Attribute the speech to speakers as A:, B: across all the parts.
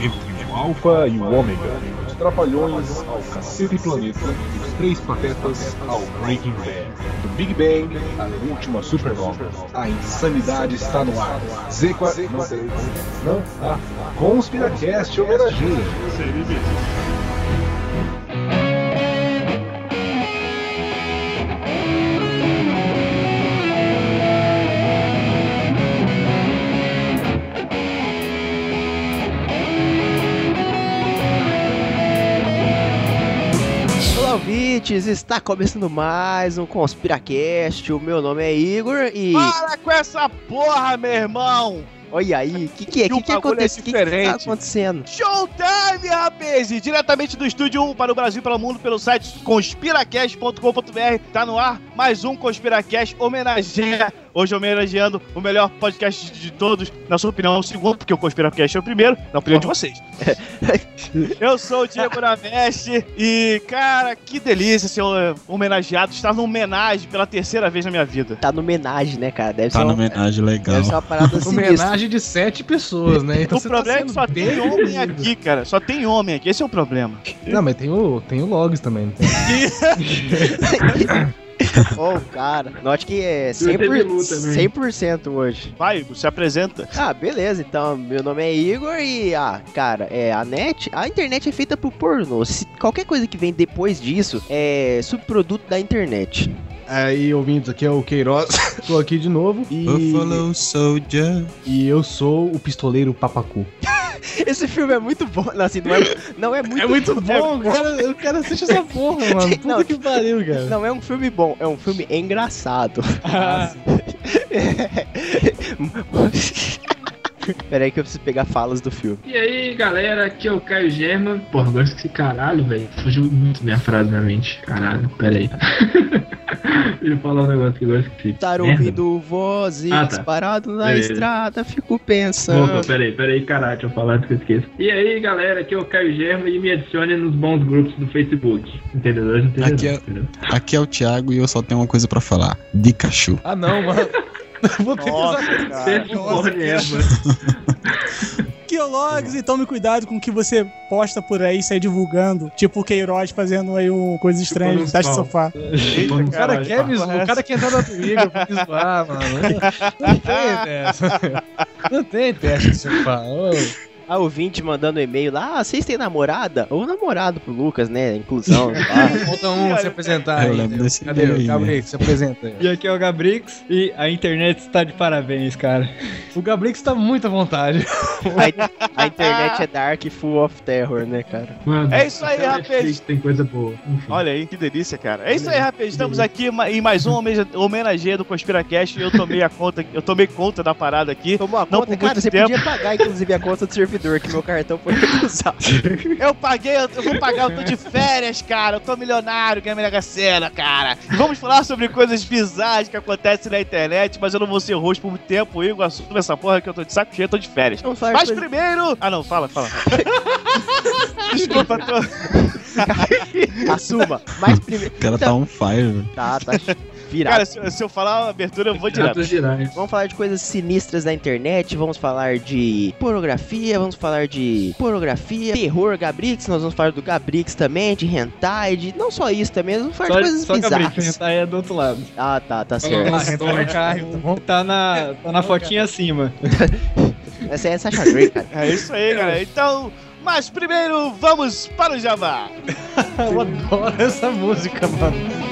A: Revolution Alpha um e o Ômega, os Trapalhões ao Cacete Planeta, os Três Patetas ao Breaking Bad, do Big Bang à última supernova. A insanidade está no ar. Z4. Não sei. Não? Ah, Conspiracast homenageia.
B: Seria mesmo.
C: Olá, ouvintes! Está começando mais um Conspiracast. O meu nome é Igor e.
D: Para com essa porra, meu irmão!
C: Olha aí, o que, que é?
D: E
C: O
D: o
C: que, que
D: bagulho é
C: aconteceu? O que, que tá
D: diferente.
C: acontecendo?
D: Showtime, rapaz! E Diretamente do Estúdio 1 para o Brasil e pelo mundo, pelo site conspiracast.com.br. Tá no ar mais um Conspiracast homenageia. Hoje homenageando o melhor podcast de todos, na sua opinião, é o segundo, porque o Conspiracast é o primeiro, na opinião de vocês. Eu sou o Diego Naveste e, cara, que delícia ser homenageado. Estar numa homenagem pela terceira vez na minha vida.
C: Tá no homenagem, né, cara? Deve,
E: Tá
C: ser,
E: na
C: uma,
E: homenagem legal.
C: deve ser é uma parada sinistra.
F: Homenagem de sete pessoas, né?
C: Então
D: o
C: tá
F: você
D: problema é que
F: sendo
D: só
F: bem
D: tem homem
F: acolhido.
D: aqui, cara. Só tem homem aqui. Esse é o problema.
F: Não, mas tem o, tem o Logs também. não tem?
C: Ô, cara, note que é 100%, 100% hoje.
D: Vai, Igor, se apresenta.
C: Ah, beleza, então, meu nome é Igor e, ah, cara, é, a net, a internet é feita por pornô. Se qualquer coisa que vem depois disso é subproduto da internet.
F: Aí, ouvintes, aqui é o Queiroz. Tô aqui de novo. E,
E: Buffalo Soldier.
F: e eu sou o pistoleiro Papacu.
C: Esse filme é muito bom, não, assim, não é, não é muito
F: bom, cara. O cara assiste essa porra, mano.
C: Não.
F: Puta que pariu, cara.
C: Não é um filme bom, é um filme engraçado. Peraí que eu preciso pegar falas do filme.
G: E aí, galera, aqui é o Caio Germa. Porra, agora esqueci caralho, velho. Fugiu muito minha frase né, na mente. Caralho, pera aí. Deixa eu falar um negócio que agora esqueci.
C: Estar
G: Merda.
C: Tá ouvindo vozes
G: Ah, tá.
C: parado na
G: Beleza.
C: estrada, fico
G: Opa,
C: pensando.
G: pera aí, pera aí, caralho, deixa eu falar antes que eu esqueça. E aí, galera, aqui é o Caio Germa e me adicione nos bons grupos do Facebook. Entendedores, entendedores.
E: Aqui é-
G: entendeu?
E: Aqui é o Thiago e eu só tenho uma coisa pra falar. De cachorro.
F: Ah, não, mano. Vou ter que usar.
G: Sempre porra de erva.
H: Quiologs, e tome cuidado com o que você posta por aí, sai divulgando. Tipo o Queiroz fazendo aí um coisa estranha
G: Chupando um
H: no teste de
G: pau.
H: sofá.
F: O cara quer me zoar, o cara quer entrar na briga pra me zoar, mano. Não tem dessa. Não tem teste, seu pau.
C: A Ah, ouvinte mandando e-mail lá, ah, vocês têm namorada? Ou namorado pro Lucas, né? Inclusão. pá.
F: Falta um se apresentar
E: Eu
F: aí.
E: lembro desse
F: Cadê?
E: daí,
C: né?
F: Gabriel, se apresenta aí.
I: E aqui é o Gabrix e a internet está de parabéns, cara.
F: O Gabrix tá muito à vontade.
C: a, a internet é dark e full of terror, né, cara?
G: Mano,
D: É isso aí,
G: até
D: rapaz.
G: Netflix Tem coisa boa. Enfim.
D: Olha aí, que delícia, cara. É isso aí, rapaz. Estamos aqui ma- em mais um homenage- homenageia do Conspiracast. Eu tomei a conta, eu tomei conta da parada aqui.
C: Tomou a
D: Não
C: conta,
D: por
C: cara,
D: muito
C: você
D: tempo.
C: podia pagar, inclusive, a conta do servidor, que meu cartão foi recusado.
D: Eu paguei, eu, eu vou pagar, eu tô de férias, cara. Eu tô milionário, ganhei minha Mega Sena, cara. E vamos falar sobre coisas bizarras que acontecem na internet, mas eu não vou ser rosto por muito tempo. Igor, assume essa porra que eu tô de saco cheio, eu tô de férias.
C: Não faz
D: Mas
C: coisa-
D: primeiro. Ah, não, fala, fala. Desculpa, tô.
C: Assuma. Mas primeiro.
E: O cara tá on fire, velho.
C: Tá, tá. Virado.
D: Cara, Então, se, se eu falar a abertura, eu vou direto.
G: Ratos girais.
C: Vamos falar de coisas sinistras da internet, vamos falar de pornografia, vamos falar de pornografia, terror, Gabrix, nós vamos falar do Gabrix também, de hentai, de não só isso também, nós vamos falar
I: Só,
C: de coisas
I: só
C: bizarras.
I: Gabrix, o hentai é do outro lado.
C: Ah, tá, tá certo.
G: Falou.
I: Ah, hentai é carro, tá bom? Tá na, tá na fotinha acima.
C: Essa é a Sasha Grey, cara.
D: É isso aí, galera. Então, mas primeiro vamos para o Jabá.
F: Eu adoro essa música, mano.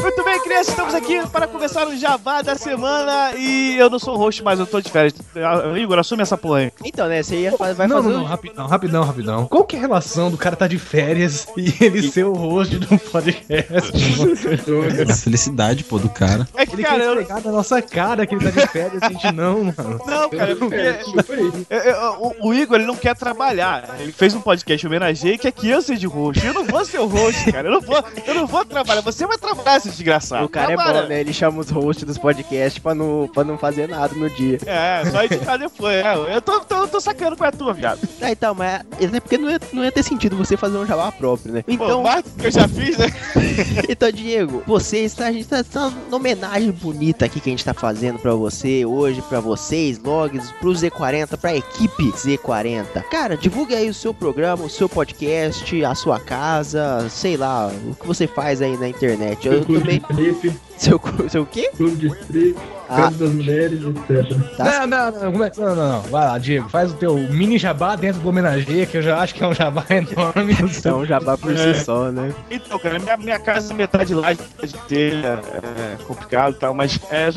D: Muito bem, crianças, estamos aqui para começar o Jabá da semana e eu não sou roxo, mas eu tô de férias. Ah, Igor, assume essa porra aí.
C: Então, né, você ia, fa- vai
F: não,
C: fazer...
F: não, não, rapidão, rapidão, rapidão. Qual que é a relação do cara tá de férias e ele ser o host de um podcast?
E: É A felicidade, pô, do cara.
D: É que,
F: Ele
D: cara,
F: quer
D: eu...
F: esfregar na nossa cara que ele tá de férias, a gente não, mano.
D: Não, cara, porque
G: É, tipo aí.
D: eu- eu- o, o Igor ele não quer trabalhar. Ele fez um podcast homenageei que é que eu seja de roxo. Eu não vou ser o roxo, cara. Eu não vou, eu não vou trabalhar. Você vai trabalhar, seu desgraçado.
C: O cara é
D: Trabalha.
C: bom, né? Ele chama os hosts dos podcasts pra não, pra não fazer nada no dia.
D: É, só vai indicar depois. É, eu tô, tô, tô sacando qual é a tua, viado.
C: Ah, então, mas até porque não ia, não ia ter sentido você fazer um jabá próprio, né?
D: Pô,
C: Então,
D: mais que eu já fiz, né?
C: então Diego, você está, a gente tá, tá uma homenagem bonita aqui que a gente tá fazendo pra você hoje, pra vocês, logs, pro Z40, pra equipe Z40. Cara, divulgue aí o seu programa, o seu podcast, a sua casa, sei lá, o que você faz aí na internet. Eu
G: Clube de
C: também.
G: strip,
C: Seu, cu- seu quê?
G: clube de strip,
C: Ah.
G: casa das mulheres, etc.
C: Tá.
F: Não, não, não, como é- não, não, não. Vai lá, Diego, faz o teu mini jabá dentro do homenageia, que eu já acho que é um jabá enorme.
C: É um jabá por si só, né?
D: Então, cara, minha, minha casa é metade lá, de telha, é complicado e tal, mas é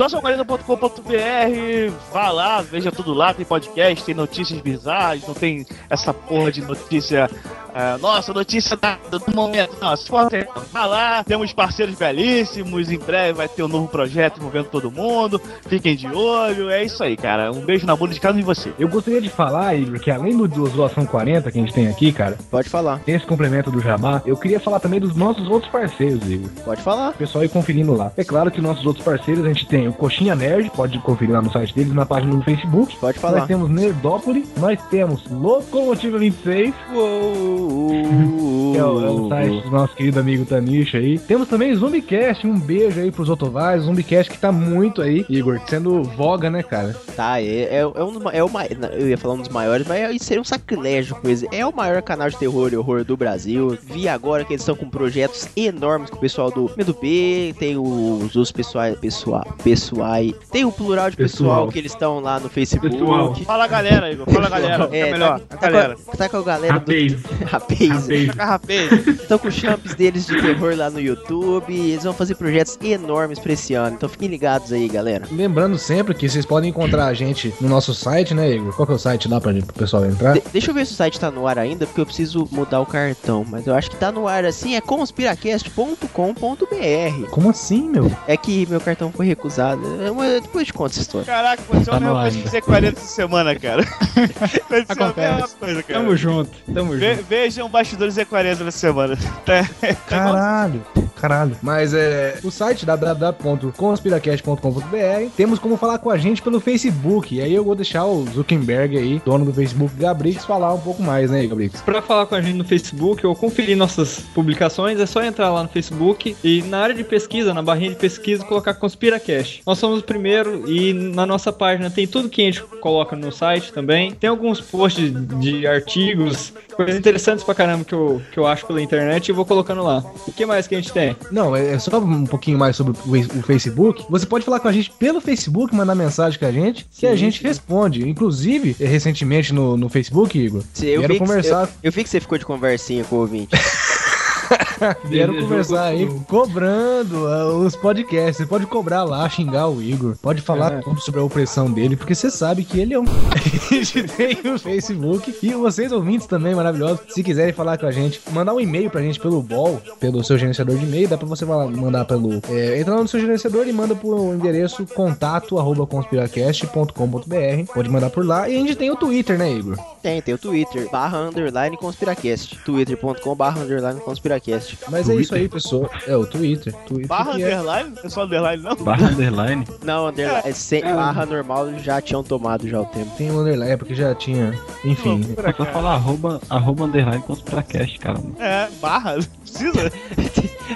D: zoaçãogarida.com.br, vá lá, veja tudo lá, tem podcast, tem notícias bizarras, não tem essa porra de notícia, é, nossa, notícia da, do momento, nossa, porra, tem- vá lá, temos parceiros belíssimos, em breve vai ter um novo projeto envolvendo todo mundo, fiquem de olho, é isso aí, cara, um beijo na bunda de cada um de você.
F: Eu gostaria de falar, Igor, que além do, do Zoação 40 que a gente tem aqui, cara,
C: Pode falar,
F: tem esse complemento do jabá, eu queria falar também dos nossos outros parceiros, Igor.
C: pode falar.
F: O pessoal ir conferindo lá. É claro que nossos outros parceiros, a gente tem o Coxinha Nerd, pode conferir lá no site deles, na página do Facebook.
C: Pode
F: Nós
C: falar.
F: temos Nerdópolis, nós temos Locomotiva 26,
C: Uh.
F: que é o, é o site do nosso querido amigo Tanish aí. Temos também Zumbicast, um beijo aí pros Otovais, Zumbicast que tá muito aí, Igor, sendo voga, né, cara?
C: Tá, é, é, é um, dos ma- é o mai- na- eu ia falar um dos maiores, mas isso seria um sacrilégio com eles. É o maior canal de terror e horror do Brasil. Vi agora que eles estão com projetos enormes com o pessoal do Medo B, tem os, os pessoais, pessoal, pessoai, tem o plural de pessoal,
G: Pessoal.
C: que eles estão lá no Facebook.
G: Pessoal.
D: um. Fala galera, Igor, fala galera, é,
C: É,
D: melhor,
C: tá, tá,
D: galera.
C: com, a- tá com a galera Tá do
G: Rapaz,
C: Rapaz,
G: rapaz.
D: Carrapeio.
C: estão com os champs deles de terror lá no YouTube. Eles vão fazer projetos enormes pra esse ano, então fiquem ligados aí, galera.
F: Lembrando sempre que vocês podem encontrar a gente no nosso site, né, Igor? Qual que é o site lá pra, gente- pro pessoal entrar?
C: De- deixa eu ver se o site tá no ar ainda, porque eu preciso mudar o cartão. Mas eu acho que tá no ar assim, é conspiracast.com.br.
F: Como assim, meu?
C: É que meu cartão foi recusado. É uma- Depois de conta essa história.
D: Caraca, aconteceu a
E: Tá no
D: mesma
E: ar
C: então.
E: ainda.
D: coisa que dizer 40 essa semana, cara. aconteceu a mesma
E: Acontece.
D: coisa, cara.
E: Tamo junto, tamo
D: Ve
E: junto.
D: vejam bastidores E40 nessa semana.
F: Caralho, caralho. Mas é o site www.conspiracast.com.br. Temos como falar com a gente pelo Facebook. E aí eu vou deixar o Zuckerberg aí, dono do Facebook, Gabrix, falar um pouco mais, né, Gabrix?
I: Pra falar com a gente no Facebook ou conferir nossas publicações, é só entrar lá no Facebook e na área de pesquisa, na barrinha de pesquisa, colocar ConspiraCast. Nós somos o primeiro e na nossa página tem tudo que a gente coloca no site também. Tem alguns posts de artigos, coisas interessantes pra caramba que eu, que eu acho pela internet e vou colocando lá. O que mais que a gente tem?
F: Não, é é só um pouquinho mais sobre o o Facebook. Você pode falar com a gente pelo Facebook, mandar mensagem com a gente, que a
I: Sim,
F: gente
I: sim.
F: responde. Inclusive, eh, recentemente no, no Facebook, Igor,
C: Se- Eu
F: vieram
C: vi, que, eu,
F: conversar,
C: eu vi que você ficou de conversinha com o ouvinte.
F: vieram
G: Desejou
F: conversar aí,
G: tudo.
F: cobrando ah, os podcasts. Você pode cobrar lá, xingar o Igor, pode falar
I: É.
F: tudo sobre a opressão dele, porque você sabe que ele é um. a gente tem o Facebook. E vocês, ouvintes também, maravilhosos, se quiserem falar com a gente, mandar um e-mail pra gente pelo BOL, pelo seu gerenciador de e-mail, dá pra você falar- mandar pelo. É, entra lá no seu gerenciador e manda pro endereço contato arroba conspiracast.com.br. Pode mandar por lá. E a gente tem o Twitter, né, Igor?
C: Tem, tem o Twitter, barra underline conspiracast. twitter.com barra underline conspiracast.
F: Mas é isso aí, pessoal. É o Twitter. Twitter
D: Barra
F: que é-
D: underline? Não é só underline, não?
E: Barra underline.
C: Não, underline, é sem, barra normal já tinham tomado já o tempo.
F: Tem o underline, é porque já tinha. Enfim.
D: Loucura,
E: É só
D: cara.
E: falar arroba, arroba underline conspiracast, cara.
D: É, barra? Não Precisa?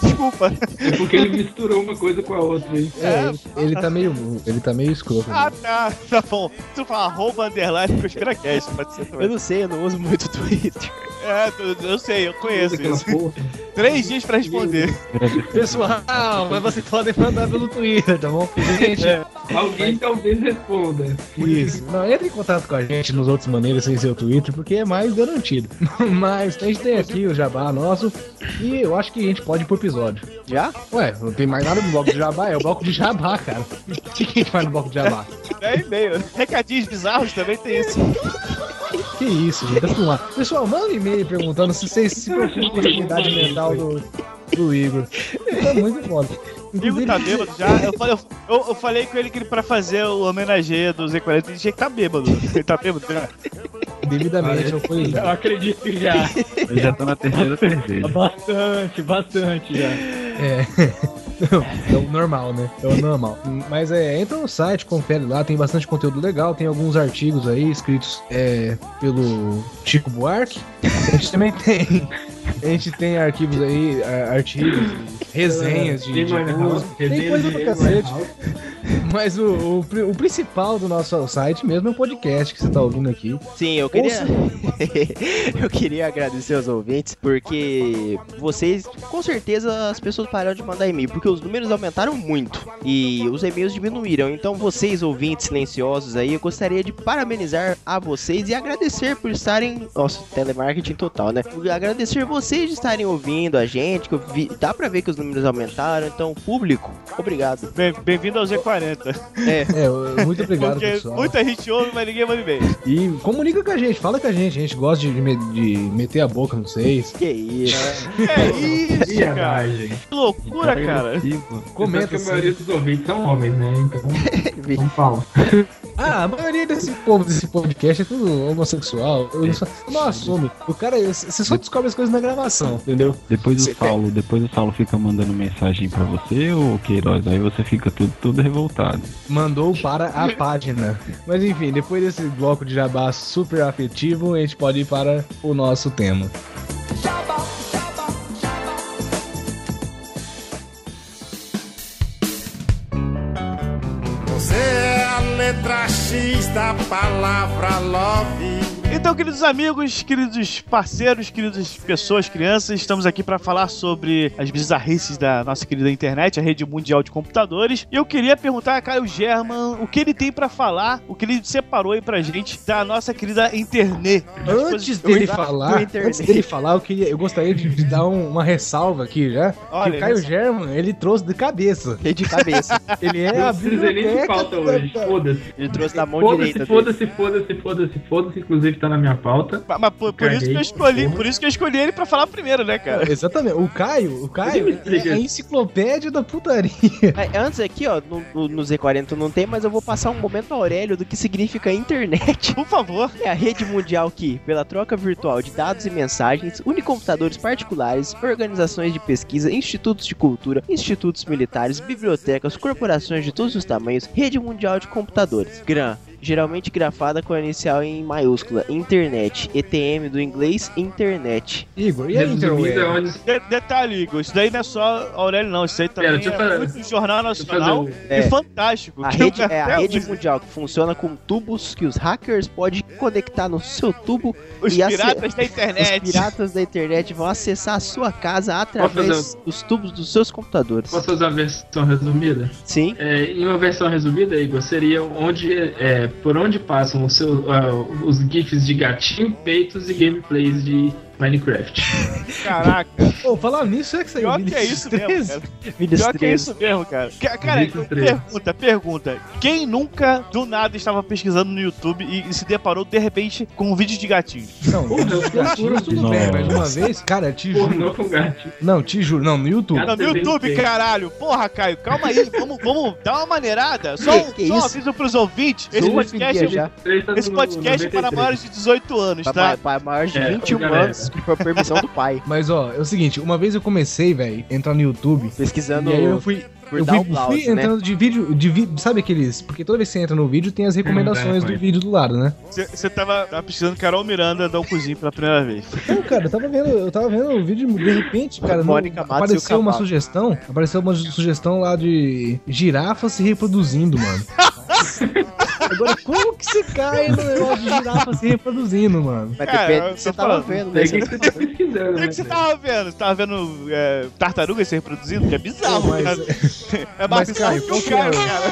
D: Desculpa.
G: É porque ele misturou uma coisa com a outra, hein?
F: É, ele, ele tá meio. Ele tá meio escroto.
D: Ah, tá. Tá bom. Tu fala arroba underline conspiracast, pode ser
C: Eu
D: também.
C: não sei, eu não uso muito o Twitter.
D: É, tu- eu sei, eu conheço
G: Aquela
D: isso.
G: porra.
D: Três dias pra responder.
F: Pessoal, mas vocês podem mandar pelo Twitter, tá bom? Gente,
G: É, Alguém talvez responda.
F: isso. Não, entre em contato com a gente nos outros maneiras sem ser o Twitter, porque é mais garantido. Mas a gente tem aqui o jabá nosso e eu acho que a gente pode ir pro episódio.
C: Já?
F: Ué, não tem mais nada no bloco de jabá, é o bloco de jabá, cara. O que que faz no bloco de jabá?
D: É e meio. Recadinhos bizarros também tem isso.
F: Que isso, gente, vamos lá. Pessoal, manda um e-mail perguntando se vocês se preocupam com a atividade mental do, do Igor. Tá muito foda.
D: Igor
F: Inclusive,
D: tá bêbado já. Eu falei, eu, eu falei com ele que ele, pra fazer o homenageia do Z40, ele tinha que tá bêbado. Ele tá bêbado, né?
F: devidamente, eu fui
I: Eu acredito que já. Tá
E: Eu já tô na terceira cerveja.
I: Bastante, bastante já.
F: É. É o normal, né? É o normal. Mas é, entra no site, confere lá, tem bastante conteúdo legal, tem alguns artigos aí escritos é, pelo Chico Buarque. A gente também tem. A gente tem arquivos aí, a- artigos, resenhas de, de música, tem coisa pra cacete. Mas o, o pri- o principal do nosso site mesmo é o podcast que você tá ouvindo aqui.
C: Sim, eu queria. eu queria agradecer aos ouvintes, porque vocês, com certeza, as pessoas pararam de mandar e-mail, porque os números aumentaram muito e os e-mails diminuíram. Então, vocês, ouvintes silenciosos aí, eu gostaria de parabenizar a vocês e agradecer por estarem. Nossa, telemarketing total, né? Agradecer vocês de estarem ouvindo a gente, que eu vi- dá pra ver que os números aumentaram. Então, público, obrigado.
D: Bem- Bem-vindo ao Z40.
C: É,
F: É, eu- muito obrigado,
D: Porque
F: pessoal.
D: muita gente ouve, mas ninguém manda e-mail.
F: E comunica com a gente, fala com a gente. A gente gosta de, me- de meter a boca, não sei.
C: que isso.
D: É isso, cara.
G: Viagem.
D: Que loucura,
G: Então,
D: cara.
F: Comenta,
G: Porque a
F: assim.
G: maioria dos ouvintes são homens, né? Então, não fala.
F: Ah, a maioria desse povo desse podcast é tudo homossexual. Eu não, só- eu não assumo. O cara, você só descobre as coisas na gravação, entendeu?
E: Depois
F: Cê-
E: o Saulo, depois o Saulo fica mandando mensagem pra você, ô Queiroz, aí você fica tudo, tudo revoltado.
F: Mandou para a página. Mas enfim, depois desse bloco de jabá super afetivo, a gente pode ir para o nosso tema.
C: é
D: Então, queridos amigos, queridos parceiros, queridas pessoas, crianças, estamos aqui para falar sobre as bizarrices da nossa querida internet, a rede mundial de computadores. E eu queria perguntar a Caio German o que ele tem para falar, o que ele separou aí pra gente da nossa querida internet.
F: Antes dele
D: falar.
C: do
F: falar,
C: internet.
F: antes dele falar, eu queria, eu gostaria de, de dar um- uma ressalva aqui já. que
D: Olha,
F: o Caio
D: ressalva.
F: German, ele trouxe de cabeça.
C: De cabeça.
F: Ele é
G: não
F: a
G: precisa nem de
F: biblioteca
G: pauta
F: da-
G: hoje.
F: da-
G: Foda-se.
C: Ele trouxe da mão direita
G: Foda-se,
C: dele.
G: foda-se, foda-se, foda-se, foda-se. Inclusive tá na minha pauta.
D: Mas, mas por, por isso que eu escolhi, por isso que eu escolhi ele pra falar primeiro, né, cara?
F: Exatamente. O Caio, o Caio
G: Ele me
F: é
G: liga.
F: a enciclopédia da putaria.
C: É, Antes aqui, ó, no, no- no Z40 não tem, mas eu vou passar um momento Aurélio do que significa internet.
D: Por favor.
C: É a rede mundial que, pela troca virtual de dados e mensagens, une computadores particulares, organizações de pesquisa, institutos de cultura, institutos militares, bibliotecas, corporações de todos os tamanhos, rede mundial de computadores. GRAM, geralmente grafada com a inicial em maiúscula, internet, ETM do inglês, internet.
F: Igor, e a
G: Resumido é
F: Interweb?
G: onde.
D: De- detalhe, Igor, isso daí não é só Aurélio, não. Isso aí também
G: Pera, deixa eu
D: é
G: fazer-
D: muito do Jornal
G: Deixa eu fazer
D: Nacional
G: um-
D: e fantástico.
C: É. A
D: que
C: rede
D: eu-
C: é
D: Tipo, até
C: a rede
D: os-
C: mundial que funciona com tubos que os hackers podem conectar no seu tubo.
D: Os
C: e a-
D: piratas da
C: Os
D: internet.
C: piratas da internet vão acessar a sua casa através dos tubos dos seus computadores.
G: Posso fazer uma versão resumida?
C: Sim.
G: É, em uma versão resumida, Igor, seria onde, é, por onde passam os, seus, ah, os GIFs de gatinho, peitos e gameplays de Minecraft.
D: Caraca,
F: Pô, falar nisso, será que saiu
D: pior que é
F: Vinicius
D: isso mesmo,
F: 13?
D: cara.
C: Windows
D: Pior que é
C: 13.
D: isso mesmo, cara. Ca- Cara,
G: Windows 13.
D: pergunta, pergunta. Quem nunca, do nada, estava pesquisando no YouTube e, e se deparou, de repente, com um vídeo de gatinho?
F: Não,
G: Porra, eu
F: gatinho,
G: procuro
F: tudo bem, mas uma
E: Nossa.
F: vez, cara, te juro.
G: pornô com gatinho.
F: Não, te juro, não, no YouTube.
G: Cara,
D: Não, Tá no
G: você vê o
D: YouTube,
G: quê?
D: caralho. Porra, Caio, calma aí. Vamos, vamos dar uma maneirada. Só,
C: Que-
D: um-
C: que
D: só um
C: isso?
D: aviso pros ouvintes. Esse
C: Duas
D: podcast, é
C: filhinhas já.
G: Ele tá
D: esse
G: no
D: podcast é para
G: 93.
D: maiores de 18 anos,
C: Pra, ma-
D: tá?
C: pra maiores de
G: É,
C: 21
G: galera.
C: anos, com a permissão do pai.
F: Mas ó, é o seguinte, uma vez eu comecei, velho, a entrar no YouTube.
C: Pesquisando
F: e aí eu fui,
C: por
F: eu fui,
C: download,
F: fui
C: né?
F: entrando de vídeo, de vi- sabe aqueles? Porque toda vez que você entra no vídeo tem as recomendações
G: Hum, é,
F: do
G: foi.
F: vídeo do lado, né?
D: Você tava, tava pesquisando Carol Miranda dar um cozinho pela primeira vez.
F: Não, cara, eu tava vendo, eu tava vendo o vídeo de repente, cara, não-
C: Mônica Matos e o
F: apareceu uma
C: cavalo. É.
F: sugestão, apareceu uma ju- sugestão lá de girafas se reproduzindo, mano. Agora, como que você cai no Ah, negócio de girafa tipo, é se reproduzindo, mano?
C: Mas
D: Cara,
C: depende
D: É, eu
C: do
D: tô
C: que você tava
D: falando.
C: vendo, né?
G: Sei o que que você tá pesquisando,
D: O
G: né?
D: que você
G: velho?
D: tava vendo? Você tava vendo é, tartaruga se reproduzindo? Que é bizarro,
F: Mas-
D: cara. É mais
F: mas,
D: bizarro
F: Caio,
D: que
F: qual
D: o
F: que é
D: Caio,
F: o-
D: cara.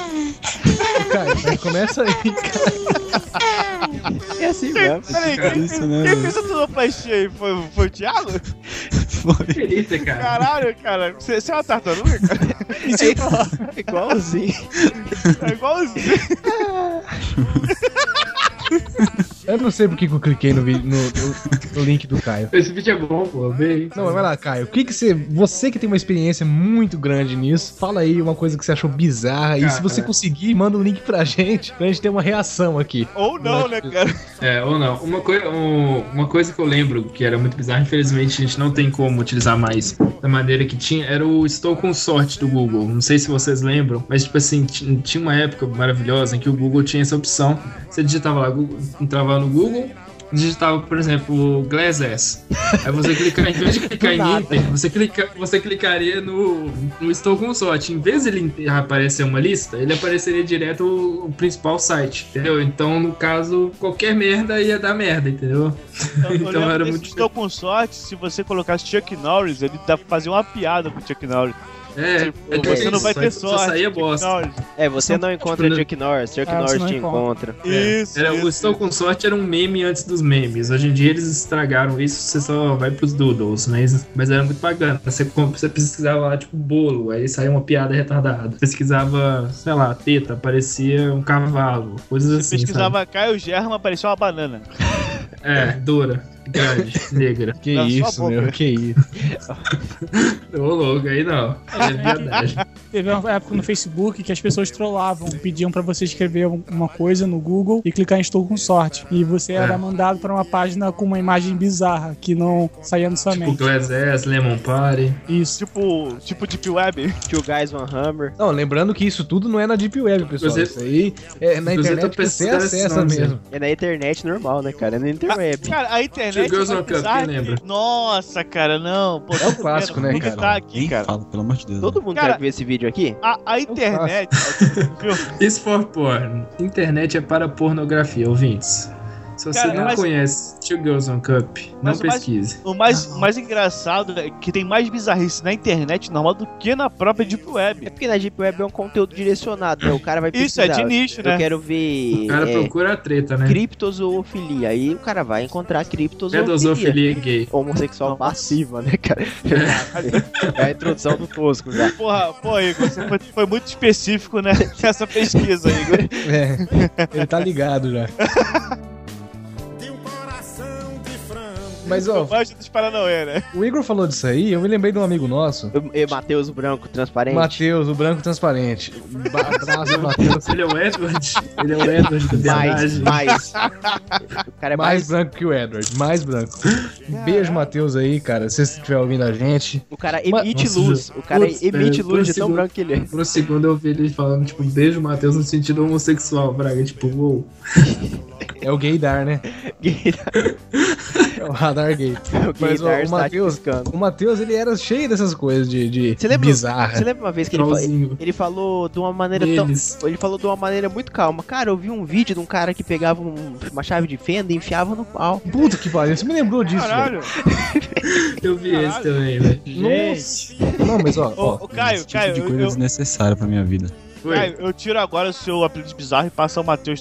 F: Cara, mas começa aí, cara.
C: É assim mesmo.
D: Peraí, quem,
E: Isso, né,
D: quem
E: velho?
D: fez a sonoplastia aí? Foi, foi o Thiago?
G: Que delícia, cara.
D: Caralho, cara. Você, você é uma tartaruga, cara?
C: É Igualzinho.
D: É igualzinho.
F: Eu não sei por que que eu cliquei no, vi- no- no- no link do Caio.
G: Esse vídeo é bom, pô. Vê aí.
F: Não, mas vai lá, Caio. O que que você. Você que tem uma experiência muito grande nisso, fala aí uma coisa que você achou bizarra. E se você
G: Cara.
F: conseguir, manda um link pra gente, pra gente ter uma reação aqui.
D: Ou não, né, cara?
G: É, ou não. Uma, coi um- uma coisa que eu lembro que era muito bizarra, infelizmente a gente não tem como utilizar mais da maneira que tinha, era o Estou com Sorte do Google. Não sei se vocês lembram, mas tipo assim, ti- tinha uma época maravilhosa em que o Google tinha essa opção. Você digitava lá, Google- entrava no Google, digitava, por exemplo, Glass S. Aí você clicar, em vez de clicar
C: Do
G: em
C: nada.
G: Enter, você, clica, você clicaria no, no Estou com Sorte. Em vez de ele inte- aparecer uma lista, ele apareceria direto o, o principal site, entendeu? Então, no caso, qualquer merda ia dar merda, entendeu?
D: Eu,
G: Então
D: lembro
G: era
D: desse
G: muito-
D: Estou com sorte, se você colocasse Chuck Norris, ele dá pra fazer uma piada com o Chuck Norris.
G: É,
D: Tipo,
G: é tipo
D: você não
G: isso,
D: vai ter
G: só-
D: sorte.
G: Só saía
D: Chuck
G: bosta.
D: Norris.
C: É, você não encontra
G: tipo,
C: Chuck Norris, Chuck
H: Ah, você
C: Norris
H: não
C: te
H: encontra.
C: encontra.
G: É,
D: Isso,
G: Era,
D: isso,
G: o Estou com Sorte era um meme antes dos memes. Hoje em dia eles estragaram isso, você só vai pros doodles, mas, mas era muito bacana. Você, com- você pesquisava lá, tipo, bolo, aí saía uma piada retardada. Pesquisava, sei lá, teta, aparecia um cavalo, coisas
D: Você
G: assim. sabe?
D: pesquisava Caio Germa, apareceu uma banana.
G: É, dura, grande, negra.
F: Que
D: Na sua
F: isso,
D: boca.
F: meu? Que isso.
G: Ô, louco, aí não. É verdade.
H: Teve uma época no Facebook que as pessoas trollavam, pediam pra você escrever um- uma coisa no Google e clicar em Estou com sorte. E você era
G: É.
H: mandado pra uma página com uma imagem bizarra que não saía na sua
G: Tipo,
H: mente.
G: Glass S, Lemon Party.
H: Isso.
D: Tipo, tipo Deep Web.
C: Two Guys One Hammer.
F: Não, lembrando que isso tudo não é na Deep Web, pessoal.
G: Você-
F: isso aí é na
G: Inclusive, eu
F: internet
G: tô
F: que você
G: pesquisando esse
F: acessa
G: nome,
F: mesmo.
C: É na internet normal, né, cara? É na
D: Ah,
C: interweb.
D: Cara, a internet.
G: Two Girls,
D: vai
G: One Cup,
D: precisar
G: quem
D: de-
G: lembra?
D: Nossa, cara, não. Pô,
F: É o clássico, né,
D: Tudo
F: cara?
D: Tá aqui,
E: Nem
D: cara.
E: fala, pelo amor de Deus.
C: Todo mundo
D: Cara-
C: quer ver esse vídeo aqui?
F: É
D: A, a
F: um
D: internet, viu?
G: Isso for porn. Internet é para pornografia, ouvintes. Se você
D: Cara,
G: não
D: mas-
G: conhece Two Girls One Cup, não
D: Mas o mais-
G: pesquise.
D: O mais, o mais engraçado é que tem mais bizarrice na internet normal do que na própria Deep
C: É
D: Web.
C: porque na Deep Web é um conteúdo direcionado, né? O cara vai
D: Isso é de
C: pesquisar.
D: nicho,
C: Eu
D: né?
C: quero ver
G: O cara
C: é,
G: procura a treta, né?
C: criptozoofilia. Aí o cara vai encontrar criptozoofilia.
G: Pedosofilia gay.
C: Homossexual passiva, né, cara? é a introdução do Tosco já.
D: Porra, pô, Igor, você foi, foi muito específico, né? Nessa pesquisa, Igor.
F: É, ele tá ligado já. Mas, ó,
D: Baixo dos Paranauê, né?
F: o Igor falou disso aí, eu me lembrei de um amigo nosso,
C: E Matheus Branco, transparente.
F: Matheus, o branco transparente. Ba- Abraço, Matheus.
G: Ele é o Edward. Ele é o Edward da
C: mais,
G: verdade.
C: mais. O cara é
F: mais
C: mais.
F: branco que o Edward, mais branco. Um beijo, Matheus, aí, cara. Se você estiver ouvindo a gente.
C: O cara emite
G: Nossa,
C: luz. O cara
G: Putz,
C: emite luz de
G: é,
C: tão
G: por segundo-
C: branco que ele é.
G: Por um segundo eu vi ele falando, tipo, beijo, Matheus, no sentido homossexual, Braga. Tipo, uou.
F: É o gaydar, né? É o radar gay.
C: o
F: Mas o,
C: gaydar
F: o
C: está
F: Matheus,
C: piscando.
F: o Matheus, ele era cheio dessas coisas de, de
C: Você lembra-
F: bizarra.
C: Você lembra uma vez que ele, fa-
G: Trollzinho.
C: ele falou de uma maneira tão.
G: Memes.
C: Ele falou de uma maneira muito calma. Cara, eu vi um vídeo de um cara que pegava um- uma chave de fenda e enfiava no pau.
F: Puta que pariu, você me lembrou disso, velho.
D: Caralho.
G: Eu vi esse também, velho.
F: Nossa. Não, mas ó, ó.
D: Ô, ô, Caio,
E: Esse tipo
D: Caio,
E: de
D: eu-
E: coisa
D: eu,
E: desnecessária pra minha vida.
G: Foi.
D: Caio, eu tiro agora o seu apelido de bizarro e passo o Matheus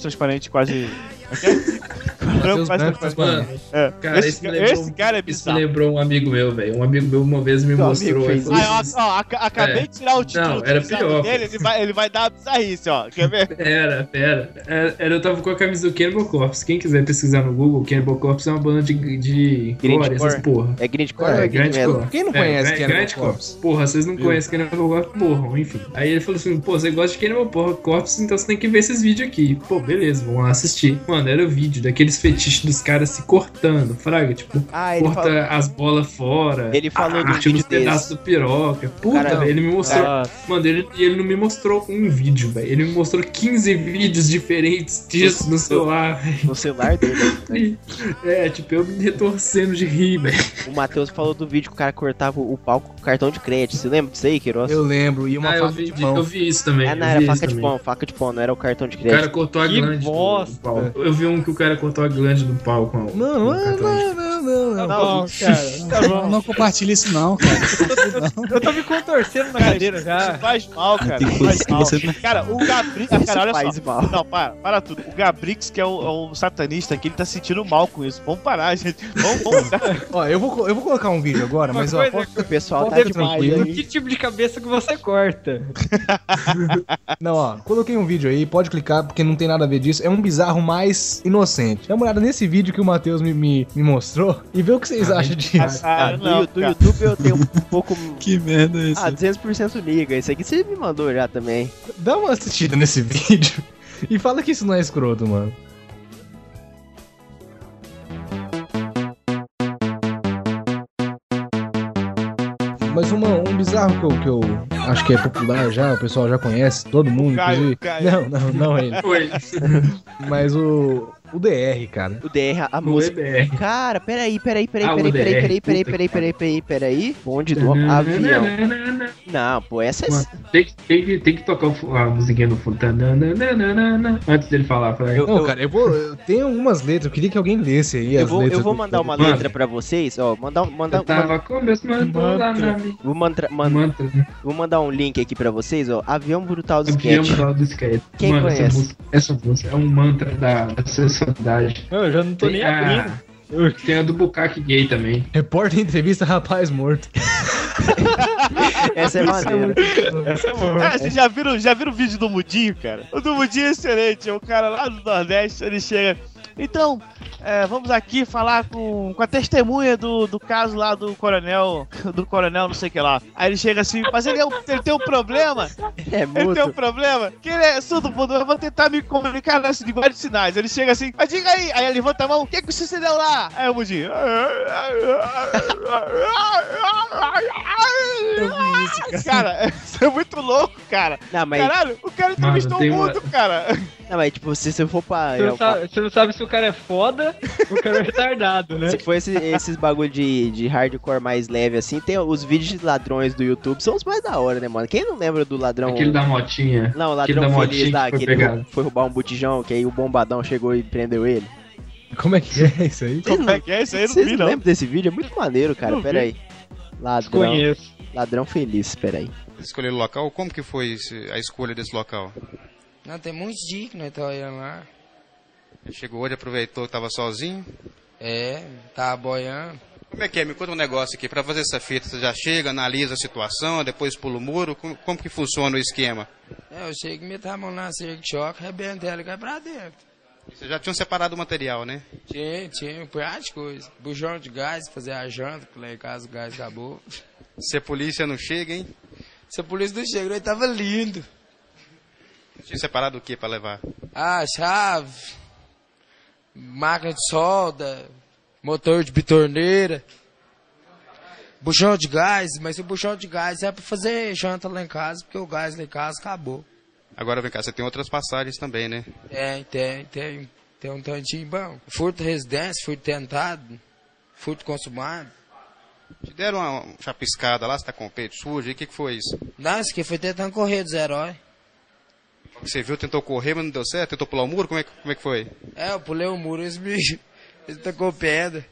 D: Transparente quase. Ok? Branco
F: Matheus
D: quase
F: Branco
D: transparente.
G: Mano,
D: É.
G: cara,
D: esse,
G: esse me
D: ca-
G: lembrou-
D: Né? esse cara é
G: isso
D: bizarro.
G: me lembrou um amigo meu, velho. Um amigo meu uma vez me
C: Meu
G: mostrou.
C: amigo
G: aí
C: fez
G: falou,
D: Ah, ó, ó, aca- acabei de tirar o título
G: É. Não,
D: do
G: era
D: bizarro
G: pior,
D: dele, ele vai, ele vai dar a bizarrice, ó. Quer ver?
G: Pera, pera. Era, era- eu tava com a camisa do Cannibal Corpse. Quem quiser pesquisar no Google, Cannibal Corpse é uma banda de, de
C: Grindcore.
G: core, essas porra.
C: É grindcore ou
F: É,
C: é grind
G: grande
C: metal?
G: core.
F: Quem não conhece
G: é,
F: Cannibal
G: grande
F: Corpse?
G: Corpse? Porra, vocês não
F: Viu?
G: conhecem Cannibal Corpse, morram, enfim. Aí ele falou assim, pô, você gosta de Cannibal Por- Corpse, então você tem que ver esses vídeos aqui. Pô, beleza, vamos lá assistir. Mano, era o vídeo daqueles fetiches dos caras se cortando, fraga, tipo...
C: Ah, ele
G: Corta
C: falou.
G: as bolas fora.
C: Ele falou
G: a
C: de um
G: arte dos
C: vídeo desse.
G: pedaços do piroca. Puta,
C: Cara,
G: velho, ele me mostrou
I: Nossa.
G: Mano, ele, e ele não me mostrou um vídeo, velho. Ele me mostrou 15 vídeos diferentes disso no celular.
C: No celular dele.
G: É, tipo, eu me retorcendo de rir, velho.
C: o Matheus falou do vídeo que o cara cortava o pau com o cartão de crédito. Você lembra disso aí, Queiroz?
F: Eu lembro, e uma
G: Ah, eu
F: faca
G: vi,
F: de pão.
G: eu vi isso também.
C: Ah, não,
G: eu
C: era
G: vi
C: faca
G: isso
C: de
G: também.
C: pão, faca de pão, não era o cartão de
G: O cara
C: crédito.
G: cortou a
I: Que
G: glande do- do
I: bosta.
G: pau. Eu vi um que o cara cortou a glande do pau com a.
F: Não,
G: com o
F: não,
G: cartão de-
F: não, não, não, não.
I: bom, cara. Tá
H: Tá Não,
I: bom.
H: não compartilha isso não, cara.
I: Eu tô me contorcendo na cadeira já.
D: Isso faz mal, cara.
E: Tem
D: Isso faz
E: coisa que
D: mal.
E: você não-
D: Cara, o Gabrix. Ah,
C: Isso
D: cara, olha
C: faz
D: só.
C: mal.
D: Não, para, para tudo. O Gabrix, que é o, é o satanista aqui, ele tá sentindo mal com isso. Vamos parar, gente. Vamos, vamos.
F: Ó, eu vou, co- eu vou colocar um vídeo agora,
I: Uma
F: mas ó,
I: coisa
F: posso-
C: O pessoal
F: Pode
C: tá
F: ser
C: demais
F: tranquilo.
C: aí.
I: Que tipo de cabeça que você corta?
F: não, ó, coloquei um vídeo aí, pode clicar, porque não tem nada a ver disso. É um bizarro mais inocente. Dá uma olhada nesse vídeo que o Matheus me, me, me mostrou e vê o que vocês acham disso.
D: Ah,
C: Ah, do,
D: não,
C: do
D: cara.
C: YouTube eu tenho um pouco.
E: Que merda é
C: Ah, 200% liga. Isso aqui você me mandou já também.
F: Dá uma assistida nesse vídeo e fala que isso não é escroto, mano. Mas uma, um bizarro que eu, que eu acho que é popular já, o pessoal já conhece, todo mundo,
D: Caio,
F: inclusive.
D: Caio.
F: Não, não, não ele.
G: Foi.
F: Mas o. O DR, cara.
C: O DR, a
G: O
C: música.
G: EBR.
C: Cara, peraí, peraí, peraí,
G: Ah, o
C: peraí, peraí,
G: DR,
C: peraí, peraí,
G: puta
C: peraí,
G: que Uhum.
C: peraí, peraí, peraí. Bonde do avião. Não, pô, essa é.
G: Tem, que- tem, que- tem que tocar o fu- a musiquinha no fundo. Tananana. Antes dele falar. fala aí.
C: Eu-
F: Não, cara, eu vou. Eu tenho algumas letras, eu queria que alguém lesse aí
C: Eu
F: as
C: vou,
F: letras.
C: eu vou
F: do-
C: mandar uma
G: Manda.
C: letra pra vocês, ó. Mandar, um- mandar,
G: Eu tava com meus mantos lá na minha.
C: vou, mandar, man-
G: Mantos, né?
C: vou mandar um link aqui pra vocês, ó. Avião Brutal do
G: Avião
C: Sketch.
G: do disquete.
C: é Quem
G: Mano,
C: conhece?
G: Essa música, essa música é um mantra da, da sensualidade.
I: Eu já não tô
F: é
C: Ah,
I: nem abrindo.
G: a, tem Ah, a do Bukaki gay também.
F: Repórter entrevista rapaz morto.
C: Essa é maneira.
D: Cara, Ah, vocês já viram, já viram o vídeo do Mudinho, cara? O do Mudinho é excelente. É o cara lá do Nordeste, ele chega. Então, é, vamos aqui falar com, com a testemunha do, do caso lá do coronel, do coronel não sei o que lá. Aí ele chega assim, mas ele, é um, ele tem um problema,
C: É
D: ele tem um
C: muito.
D: problema, que ele é surdo mudo, eu vou tentar me comunicar nessa linguagem de sinais. Ele chega assim, mas diga aí, aí ele levanta a mão, o que que você se deu lá? Aí o Mudinho... "Ah, Cara, isso é muito louco, cara.
C: Não, mas,
D: Caralho, o cara
G: Mano,
D: entrevistou
G: tem
D: o
G: uma-
D: mundo, cara.
C: não, mas tipo, se, se eu for pra.
I: Você
C: eu-
I: não, sabe, você não sabe se o cara é foda ou o cara é retardado, né?
C: Se for esse- esses bagulho de, de hardcore mais leve assim, tem os vídeos de ladrões do YouTube, são os mais da hora, né, mano? Quem não lembra do ladrão.
G: Aquele da
F: É.
G: motinha.
C: Não, o
G: aquele da
C: ladrão
G: motinha
C: feliz lá, um
G: que foi
C: que ele
G: pegado.
C: foi roubar um botijão, que aí o bombadão chegou e prendeu ele.
F: Como é que é isso aí?
C: Vocês
D: Como é
C: não,
D: que é isso aí? Eu Não
C: vocês
D: vi,
C: não
D: não.
C: lembram desse vídeo? É muito maneiro, cara.
D: Não
C: Pera aí. Ladrão,
I: Conheço.
C: ladrão feliz, pera aí.
B: escolher o local? Como que foi esse- a escolha desse local?
J: Não, tem muitos dias que nós estamos olhando lá.
B: Ele Chegou hoje, aproveitou que estava sozinho.
J: É, tá boiando.
B: Como é que é? Me conta um negócio aqui. Para fazer essa fita, você já chega, analisa a situação, depois pula o muro. Como, como que funciona o esquema?
J: É, eu chego, meto a mão na cerca de choque, rebento ela e cai pra dentro.
B: Você já tinha separado o material, né?
J: Tinha, tinha, põe as coisas. Bujão de gás, fazer a janta, que lá em casa o gás acabou.
B: Se a polícia não chega, hein?
J: Se a polícia não chegou, ele tava lindo.
B: Tinha separado o que para levar?
J: Ah, chave, máquina de solda, motor de bitorneira, buchão de gás, mas o buchão de gás é pra fazer janta lá em casa, porque o gás lá em casa acabou.
B: Agora vem cá, você tem outras passagens também, né?
J: Tem, É, tem, tem. Tem um tantinho bom. Furto residência, furto tentado, furto consumado.
B: Te deram uma chapiscada lá, você tá com o peito sujo. E o que, que foi isso?
J: Não, isso aqui foi tentando correr dos heróis.
B: Você viu, tentou correr, mas não deu certo? Tentou pular o muro? Como é, que- como é que foi?
J: É, eu pulei o muro, eles me. Eles tacou pedra.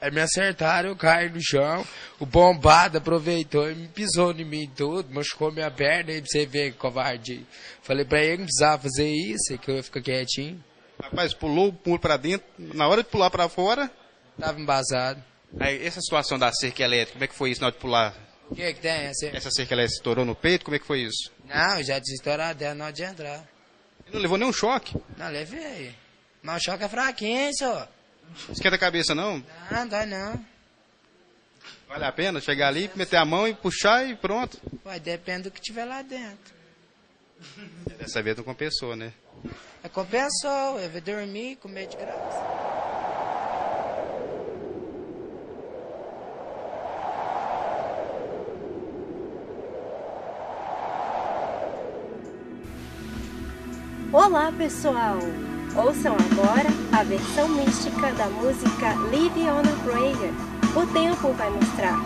J: Aí me acertaram, eu caí no chão. O bombado aproveitou e me pisou em mim tudo, machucou minha perna aí pra você ver que covarde. Falei pra ele que não precisava fazer isso, é que eu ia ficar quietinho.
B: Rapaz, pulou o muro para dentro. Na hora de pular para fora...
J: Tava embasado.
B: Aí, essa situação da cerca elétrica, como é que foi isso na hora de pular?
J: O que é que tem? Essa...
B: Essa cerca elétrica estourou no peito, como é que foi isso?
J: Não, já tinha estourado até na hora de entrar.
B: Ele não levou nenhum choque.
J: Não, levei. Mas o choque é fraquinho, só.
B: Não Esquenta a cabeça, não.
J: Não, dói não.
B: Vale a pena chegar ali, meter a mão e puxar e pronto.
J: Vai, depende do que tiver lá dentro.
B: Dessa vez não compensou, né?
J: É compensou, eu vou dormir, comer de graça.
K: Olá, pessoal! Ouçam agora a versão mística da música Live on a Prayer. O tempo vai mostrar.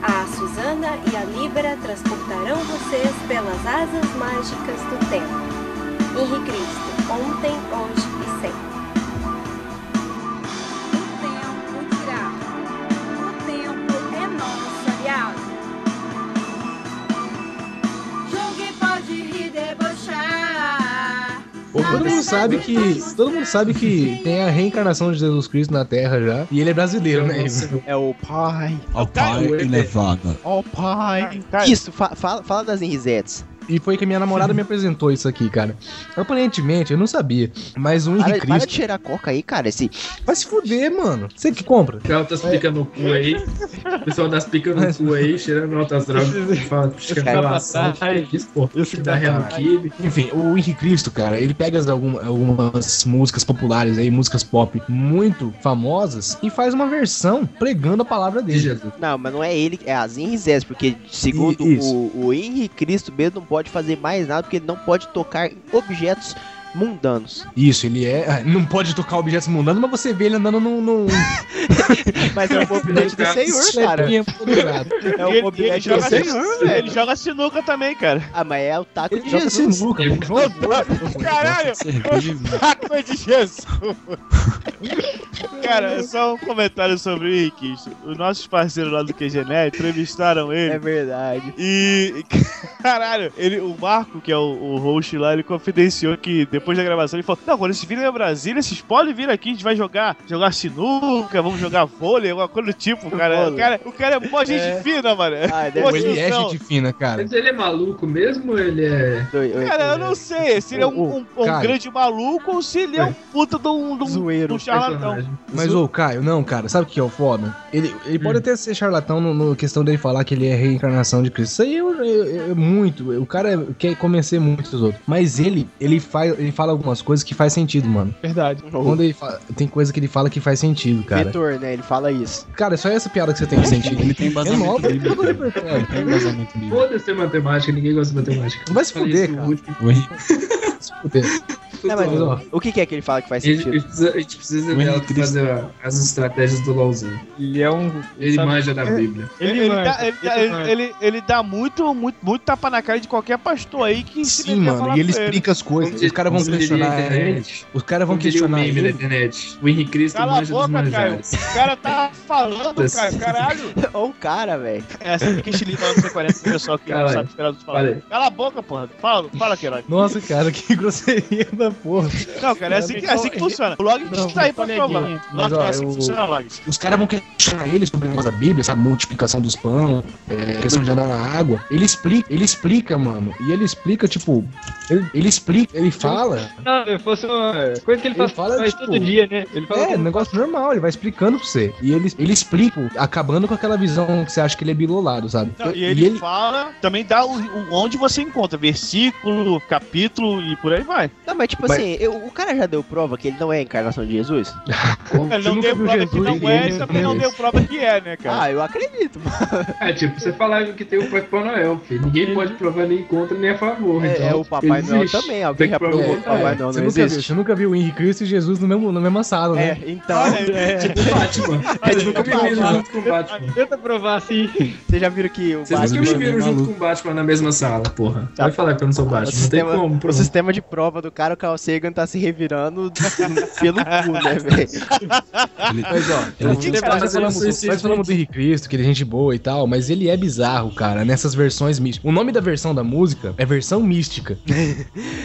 K: A Susana e a Libra transportarão vocês pelas asas mágicas do tempo. Henri Cristo, ontem, hoje e sempre. O tempo é
F: todo mundo sabe que. Todo mundo sabe que tem a reencarnação de Jesus Cristo na Terra já. E ele é brasileiro, né?
C: É o pai.
L: Ao pai
F: Caio,
C: é-
F: ele-
L: elevado.
C: Ó pai.
D: Ah,
C: Isso, fa- fala, fala das Henrizettes.
F: E foi que a minha namorada me apresentou isso aqui, cara. Aparentemente, eu não sabia. Mas o Henrique
C: Para, para
F: Cristo.
C: de cheirar coca aí, cara. Esse...
F: Vai se fuder, mano. Você que compra.
G: Tem altas picas tá no cu aí. O pessoal das picas no cu aí, cheirando altas drogas. Fala, fica
F: Cara, tá
G: relação,
F: ai,
G: fica disso, pô. Fica
F: tá
G: da Renokib.
F: Enfim, o Henrique Cristo, cara, ele pega as alguma- algumas músicas populares aí, músicas pop muito famosas, e faz uma versão pregando a palavra dele.
C: Não, mas não é ele, é as Henrizettes, porque segundo
F: I- isso.
C: o, o Henri Cristo mesmo não pode fazer mais nada, porque ele não pode tocar em objetos mundanos.
F: Isso, ele é. ah, Não pode tocar objetos mundanos, mas você vê ele andando num. num...
C: mas é o movimento do Senhor,
D: é
C: cara. É o
D: ele
C: movimento do
D: joga
C: Senhor,
D: sinuca, ele
C: velho.
D: joga sinuca também, cara.
C: Ah, mas é o taco de
D: joga
C: Jesus. É
F: sinuca,
D: Caralho! Taco de Jesus! Cara, só um comentário sobre o Henrique. Os nossos parceiros lá do QGNet entrevistaram ele. É
C: verdade.
D: E, caralho, ele, o Marco, que é o, o host lá, ele confidenciou que depois da gravação ele falou: Não, quando eles virem a Brasília, vocês podem vir aqui, a gente vai jogar, jogar sinuca, vamos jogar vôlei, alguma coisa do tipo, cara. O cara, o cara é mó gente
G: É.
D: fina, mano.
C: Ah,
D: Mó
F: Ele é
D: tiozão.
F: gente fina, cara.
G: Mas ele é maluco mesmo ou ele é.
D: Cara, eu não sei se ele é um, um- um
F: Cara.
D: grande maluco ou se ele é um puta de um, de um- de um charlatão.
F: Mas, ô, Caio, não, cara, sabe o que é o foda? Ele, ele
C: Hum.
F: pode até ser charlatão no, no questão dele falar que ele é reencarnação de Cristo. Isso aí eu- eu- eu- é muito. O cara quer convencer muito os outros. Mas ele, ele, faz, ele fala algumas coisas que faz sentido, mano.
H: Verdade.
C: Oh.
F: Quando ele fala, tem coisa que ele fala que faz sentido, cara.
C: Vetor, né? Ele fala isso.
F: Cara, só essa piada que você tem que sentir. Ele é tem
G: embasamento bíblico.
F: Tem
G: embasamento bíblico. Foda-se matemática, ninguém gosta de matemática.
F: Vai se
G: fuder, cara.
C: Não, mas o que, que é que ele fala que faz
G: A gente
C: sentido?
G: precisa, a gente precisa ver ela fazer a- as estratégias do LOLzinho.
I: Ele é um.
G: Ele
I: sabe-
G: manja da Bíblia.
D: Ele, ele dá, ele, dá- ele, ele- ele dá muito, muito, muito tapa na cara de qualquer pastor aí que se
F: Sim,
D: meter a
F: mano,
D: falar
F: e ele
D: com
F: explica as coisas.
G: Como
F: os caras vão
G: diria- como diria
F: questionar. é.
G: a
C: é,
G: internet,
F: Os caras vão
G: como diria
F: questionar.
G: o meme da
F: ele.
G: internet. O Henrique Cristo
D: Cala a
G: manja dos
D: boca, Caio.
G: manjares.
D: O cara tá falando,
G: Foda-se.
D: cara, caralho.
C: Olha o cara, velho.
D: É assim que estilizando você conhece o pessoal que não
F: Caralho.
D: sabe esperar dos
F: Olha
D: falar.
F: aí.
D: Cala a boca, porra. Fala, fala, Queiroz.
F: Nossa, cara, que grosseria da porra.
D: Não, cara, é assim que, é assim que funciona. O log
F: Não,
D: está aí pra provar.
F: coleguinha. Mas,
D: Log
F: ó,
D: é assim que
F: eu-
D: funciona, log.
F: Os caras vão questionar ele sobre o negócio da Bíblia, sabe? Multiplicação dos pães, é, questão de andar na água. Ele explica, ele explica, mano. E ele explica, tipo. Ele, ele explica, ele fala.
I: Não, se fosse uma coisa que ele, faz, faz
F: tipo,
I: todo dia, né? Ele fala
F: É, negócio normal, ele vai explicando pra você. E ele, ele explica, tipo, acabando com aquela visão que você acha que ele é bilolado, sabe?
D: Não, e ele, fala, também dá o, o- onde você encontra, versículo, capítulo e por aí vai.
C: Não, mas tipo assim, eu- o cara já deu prova que ele não é a encarnação de Jesus?
D: Ele não deu prova que não é, ele também não deu prova que é, né, cara?
C: Ah, eu acredito, mano.
G: É tipo, você falar que tem o Papai Noel, filho. Ninguém pode provar nem contra nem a favor.
C: É,
G: então,
C: é o Papai
G: ele
C: Noel
G: existe.
C: também, alguém
G: Tem que
C: já provou
G: provar. É,
C: que o Papai Noel
F: É, Você
C: não
F: nunca, viu,
C: existe.
F: você nunca viu o Henrique Cristo e Jesus no mesmo, na mesma sala, né?
C: É, então. É.
G: Tipo Batman. Vocês nunca me viram junto com o Batman.
I: Tenta provar assim.
C: Vocês já viram que o
G: Vocês nunca me
C: Batman-
G: viram junto com o Batman na mesma sala, porra. Vai falar que eu não sou
C: O
G: Batman. Não tem
C: Tá. sistema,
G: como,
C: o
G: provar.
C: sistema de prova do cara, o Carl Sagan tá se revirando pelo cu, né, velho?
F: Mas ó,
C: Ele
F: nós
C: tinha que fazer
F: falamos,
C: um
F: nós
C: suicídio.
F: falamos do Henrique Cristo, que ele é gente boa e tal, mas ele é bizarro, cara, nessas versões místicas. O nome da versão da música é versão mística.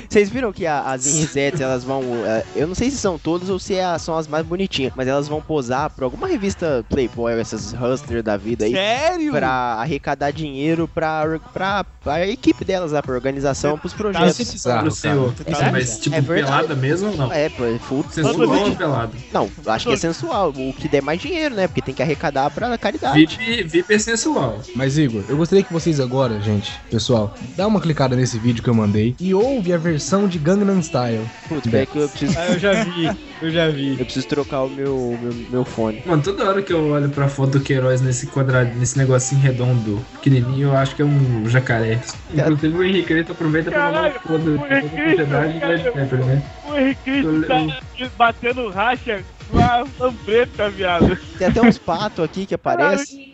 C: Vocês viram que a- as Inrisettes, elas vão. eh, Eu não sei se são todas ou se é- são as mais bonitinhas, mas elas vão posar pra alguma revista Playboy, essas hustler da vida aí.
D: Sério?
C: Pra arrecadar dinheiro pra, pra, pra equipe delas lá, pra organização,
G: Tá,
C: pros projetos.
G: Esse bizarro, senhor.
C: É
G: Tá, mas, tipo,
C: verdade.
G: pelada mesmo ou não?
C: É, pô, é full
G: Sensual
C: full-
G: ou pelada?
C: Não, acho que é sensual. O que der mais dinheiro, né? Porque tem que arrecadar pra caridade.
G: VIP, VIP é sensual.
F: Mas Igor, eu gostaria que vocês agora, gente, pessoal, dá uma clicada nesse vídeo que eu mandei e ouve a versão de Gangnam Style.
C: Putz,
F: é
C: peraí que eu preciso.
I: Ah, eu já vi, eu já vi.
C: Eu preciso trocar o meu, meu, meu fone.
G: Mano, toda hora que eu olho pra foto do Queiroz nesse quadrado, nesse negocinho redondo, pequenininho, eu acho que é um jacaré. Inclusive o Henrique Cristo aproveita pra mandar uma foto do
D: Henrique Cristo,
G: propriedade de Red Pepper, né?
D: O Henrique tá batendo racha com a lambreta, viado.
C: Tem até uns patos aqui que aparecem.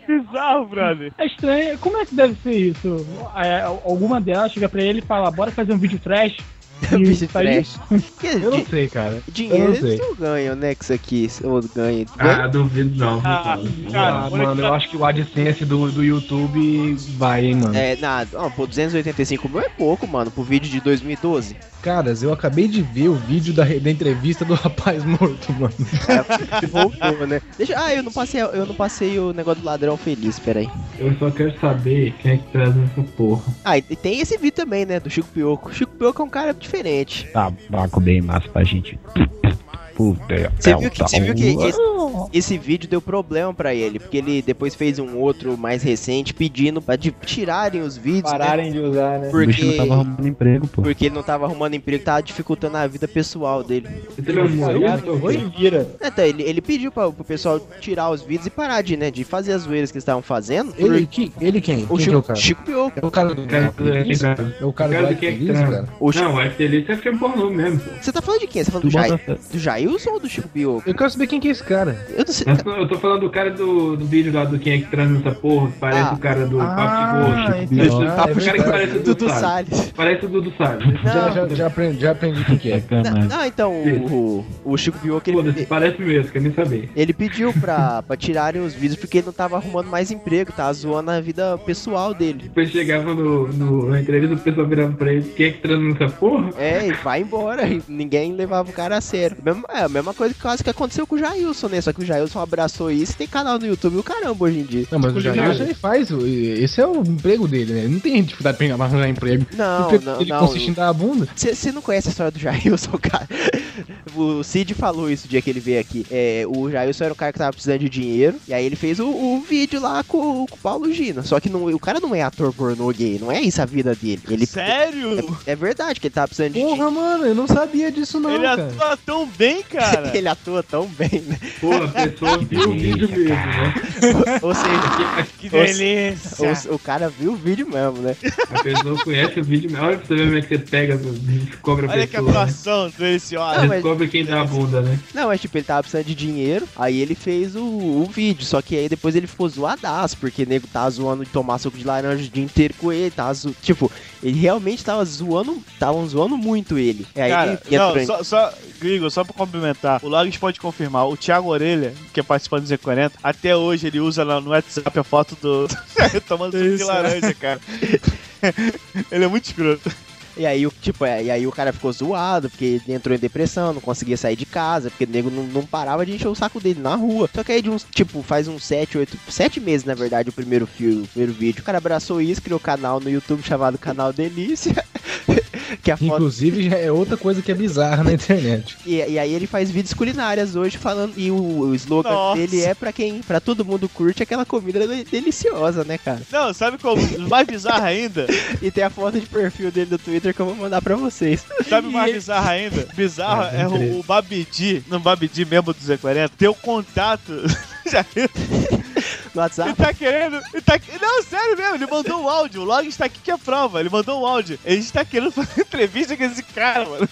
D: Caralho, que bizarro, Ah, brother.
H: É estranho. Como é que deve ser isso? É, alguma delas chega pra ele e fala, bora fazer um vídeo trash?
C: Bicho
F: Tá aí.
C: trash.
F: Eu não sei, cara. Eu
C: Dinheiro
F: não
C: eles
F: sei.
C: não ganham, né? Com isso aqui. Ou ganham.
G: Ah, duvido não.
F: Ah,
G: cara, olha
F: mano,
G: que- tá-
F: eu acho que o AdSense do, do YouTube vai, hein, mano.
C: É, nada. Não, pô, 285 mil é pouco, mano, pro vídeo de 2012.
F: Caras, eu acabei de ver o vídeo da, da entrevista do rapaz morto, mano.
C: Voltou, né? Deixa, ah, eu não passei, eu não passei o negócio do ladrão feliz, peraí.
G: Eu só quero saber quem é que traz essa porra.
C: Ah, e tem esse vídeo também, né? Do Chico Pioco. Chico Pioco é um cara diferente.
E: Tabaco Tá, bem massa pra gente. Puta,
F: É
E: tá
C: Você
F: um
C: viu que, você viu que esse, esse vídeo deu problema pra ele, porque ele depois fez um outro mais recente pedindo pra de- tirarem os vídeos.
I: Pararem de usar, né?
E: O bicho
C: Porque,
E: não tava arrumando emprego, pô.
C: porque ele não tava arrumando emprego, tava dificultando a vida pessoal dele.
G: teve um
F: Tá
G: momento,
I: Oi, vira.
C: Então, ele, ele pediu pra, pro pessoal tirar os vídeos e parar de, né, de fazer as zoeiras que eles estavam fazendo.
F: Ele, que, ele quem?
C: O
F: quem que é o
C: Chico,
F: cara?
C: Chico Pioco.
F: É o cara do
G: Cara,
F: Feliz?
G: cara, cara.
F: É o cara do
G: Cara,
F: Like
G: do que é que
F: Feliz,
G: traz?
F: cara?
C: O Chico-
G: Não, o Feliz é filme pornô mesmo, pô.
C: Você tá falando de quem? Você tá falando do,
E: Do
C: Jair?
E: Botafogo.
C: Do Jailson ou do Chico Pioco?
F: Eu quero saber quem que é esse cara.
C: Eu não sei.
G: Eu tô- Eu tô falando do cara do, do vídeo lá do quem é que traz essa porra, que parece
C: Ah.
G: o cara do
F: Ah,
G: Papo de
F: entendi. Ah,
G: Gosto. Esse-
F: é
G: o cara que
F: verdade.
G: parece o Dudu
C: Dudu
G: Salles.
C: Salles.
G: Parece o Dudu Salles.
F: Já,
C: Não.
F: já, já aprendi, já aprendi quem que é.
C: Não,
E: Sacanagem.
C: não, então, o, o, o Chico Pioco,
G: Foda-se,
C: ele,
G: parece mesmo, quer nem saber.
C: Ele pediu pra, pra tirarem os vídeos porque ele não tava arrumando mais emprego, tava zoando a vida pessoal dele.
G: Depois chegava no, no- na entrevista, o pessoal virava pra ele, quem é que traz essa porra?
C: É, e vai embora, e ninguém levava o cara a sério. Mesmo- é a mesma coisa que quase que aconteceu com o Jailson, né? Só que o Jailson abraçou isso e tem canal no YouTube o caramba hoje em dia.
F: Não, mas o Jair ele faz, o- esse é o emprego dele, né? Ele não tem dificuldade pra arranjar emprego.
C: Não,
F: Porque
C: não,
F: ele
C: não.
F: consiste em dar a bunda.
C: Você não conhece a história do Jailson, cara? O Cid falou isso o dia que ele veio aqui. É, o Jailson era um cara que tava precisando de dinheiro. E aí ele fez o, o vídeo lá com, com o Paulo Gina. Só que não- o cara não é ator pornô gay, não é isso a vida dele. Ele,
D: Sério?
C: é verdade que ele tava precisando de dinheiro.
F: Porra, mano, eu não sabia disso não,
D: Ele
F: cara.
D: atua tão bem, cara.
C: Ele atua tão bem, né?
G: Pô, a pessoa viu o vídeo mesmo, né?
C: Ou seja,
H: Que delícia.
C: o, o cara viu o vídeo mesmo, né?
G: A pessoa conhece o vídeo, mas olha pra você ver como é que você pega, descobre a
D: Olha que
G: pessoa. né?
D: atuação
C: Ah,
D: deliciosa.
C: mas-
G: Descobre quem dá a bunda, né?
C: Não, mas tipo, ele tava precisando de dinheiro, aí ele fez o, o vídeo, só que aí depois ele ficou zoadaço, porque o nego tava zoando de tomar suco de laranja o dia inteiro com ele, tava zo... tipo, ele realmente tava zoando, estavam zoando muito ele.
H: é
C: E aí
D: Cara,
C: ele
D: não,
C: entrou em-
D: só, só, Gringo, só pra complementar, o Logos pode confirmar, o Thiago Orelha, que é participante do Z40, até hoje ele usa lá no WhatsApp a foto do. tomando suco de
H: Isso,
D: laranja, cara. ele é muito escroto.
C: E aí, o- tipo, é, e aí o cara ficou zoado, porque ele entrou em depressão, não conseguia sair de casa, porque o nego não, não parava de encher o saco dele na rua. Só que aí de uns, tipo, faz uns 7, 8, 7 meses, na verdade, o primeiro filme, o primeiro vídeo. O cara abraçou isso, criou um canal no YouTube chamado Canal Delícia. que a foto.
F: Inclusive, já é outra coisa que é bizarra na internet.
C: E, e aí ele faz vídeos culinárias hoje falando. E o, o slogan
D: Nossa.
C: dele é pra quem, pra todo mundo curte aquela comida de- deliciosa, né, cara?
D: Não, sabe qual é o mais bizarro ainda?
C: E tem a foto de perfil dele do Twitter que eu vou mandar pra vocês.
D: Sabe o mais bizarro ainda? Bizarro é o, o Babidi, no Babidi mesmo do Z40, ter o contato. Já viu?
C: No WhatsApp.
D: Ele tá querendo. Ele tá, não, sério mesmo, ele mandou um áudio. O Logos tá aqui que é prova. Ele mandou um áudio. A gente tá querendo fazer entrevista com esse cara, mano.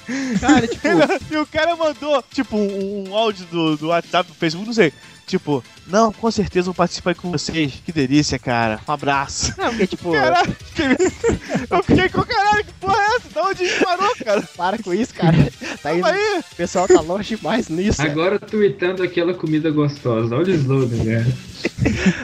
C: Cara, tipo.
D: E o cara mandou, tipo, um, um áudio do, do WhatsApp, do Facebook, não sei. Tipo, não, com certeza vou participar com vocês. Que delícia, cara. Um abraço.
C: Não, porque, tipo,
D: Caralho, que... eu fiquei com caralho, que porra é essa? Da onde disparou, cara?
C: para com isso, cara. Tá indo
D: Calma aí.
C: O pessoal tá longe demais nisso. né?
G: Agora tweetando aquela comida gostosa. Olha o slogan, né? cara.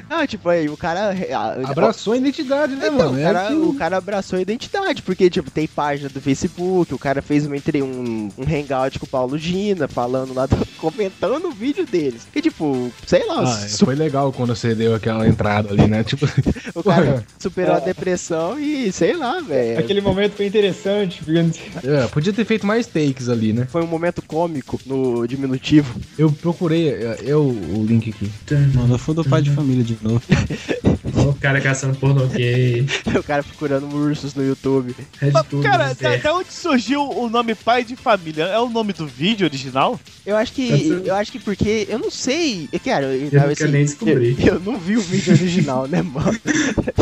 C: Não, tipo, aí o cara. a-
F: Abraçou a identidade, né,
C: Então,
F: mano?
C: o,
F: É
C: cara,
F: aquilo.
C: o cara abraçou a identidade, porque, tipo, tem página do Facebook, o cara fez uma, entre- um, um hangout com o Paulo Gina, falando lá, do- comentando o vídeo deles. E, tipo, sei lá,
F: Ah, é,
C: su-
F: foi legal quando você deu aquela entrada ali, né? Tipo,
C: o cara
D: Ah.
C: superou a depressão e, sei lá, velho.
I: Aquele momento foi interessante, porque
F: é, podia ter feito mais takes ali, né?
C: Foi um momento cômico no diminutivo.
F: Eu procurei, é, eu o link aqui.
E: Manda fundo do pai de família de novo.
G: O cara caçando pornô gay.
C: o cara procurando ursos no YouTube.
G: Red
D: Cara,
C: né?
F: né?
D: da,
G: é.
D: da onde surgiu o nome pai de família? É o nome do vídeo original?
C: Eu acho que. Eu acho que porque. Eu não sei. Cara, eu,
G: Eu nunca
C: assim,
G: nem descobri.
C: eu- eu não vi o vídeo original, né, mano?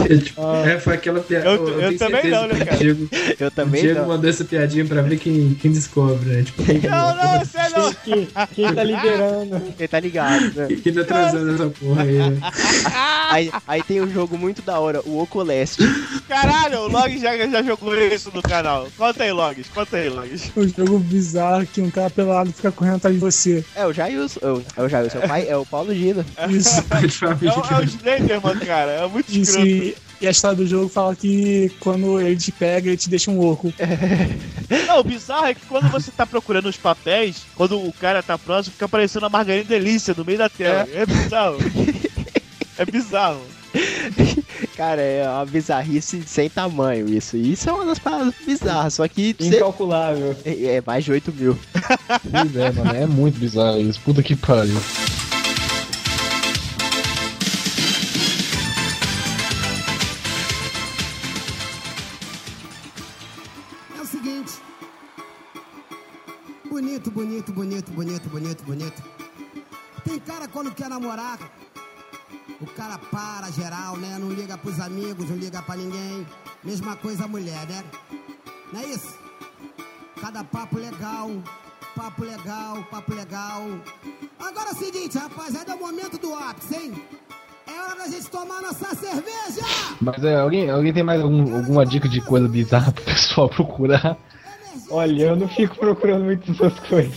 G: É, tipo, é, foi aquela piada.
D: Eu- eu também não, né, cara?
G: O Diego,
C: Ah. Eu
G: o
C: também
G: Diego
C: não.
G: mandou essa piadinha pra ver quem, quem descobre, né? Tipo, quem,
D: Não, não, sério, não.
I: quem, quem tá liderando?
C: Ele tá ligado, né?
G: quem tá transando essa porra aí, né?
C: Aí, aí tem o jogo muito da hora, o Ocoleste.
D: Caralho, o Log já, já jogou isso no canal. Conta aí, Logs, conta aí, Logs.
H: Um jogo bizarro que um cara pelado fica correndo atrás de você.
C: É o Jailson, é o Jailson, é o pai, é o Paulo Gila.
H: Isso.
D: É, o- é o Slenderman, cara. É muito
H: Isso,
D: escroto.
H: e, e a história do jogo fala que quando ele te pega, ele te deixa um oco.
D: Não, o bizarro é que quando você tá procurando os papéis, quando o cara tá próximo, fica aparecendo a Margarida Delícia no meio da tela. É, bizarro. é bizarro.
C: Cara, é uma bizarrice sem tamanho isso. E Isso é uma das paradas bizarras, só que.
I: Incalculável.
C: É, é mais de 8 mil.
F: Pois é, mano, é muito bizarro isso. Puta que pariu.
L: É o seguinte. Bonito, bonito, bonito, bonito, bonito, bonito. Tem cara quando quer namorar. O cara para geral, né? Não liga pros amigos, não liga pra ninguém. Mesma coisa a mulher, né? Não é isso? Cada papo legal, papo legal, papo legal. Agora é o seguinte, rapaziada, é o momento do ápice, hein? É hora da gente tomar nossa cerveja!
F: Mas é, alguém, alguém tem mais algum- alguma dica de coisa bizarra pro pessoal procurar?
I: Olha, eu não fico procurando muito essas coisas.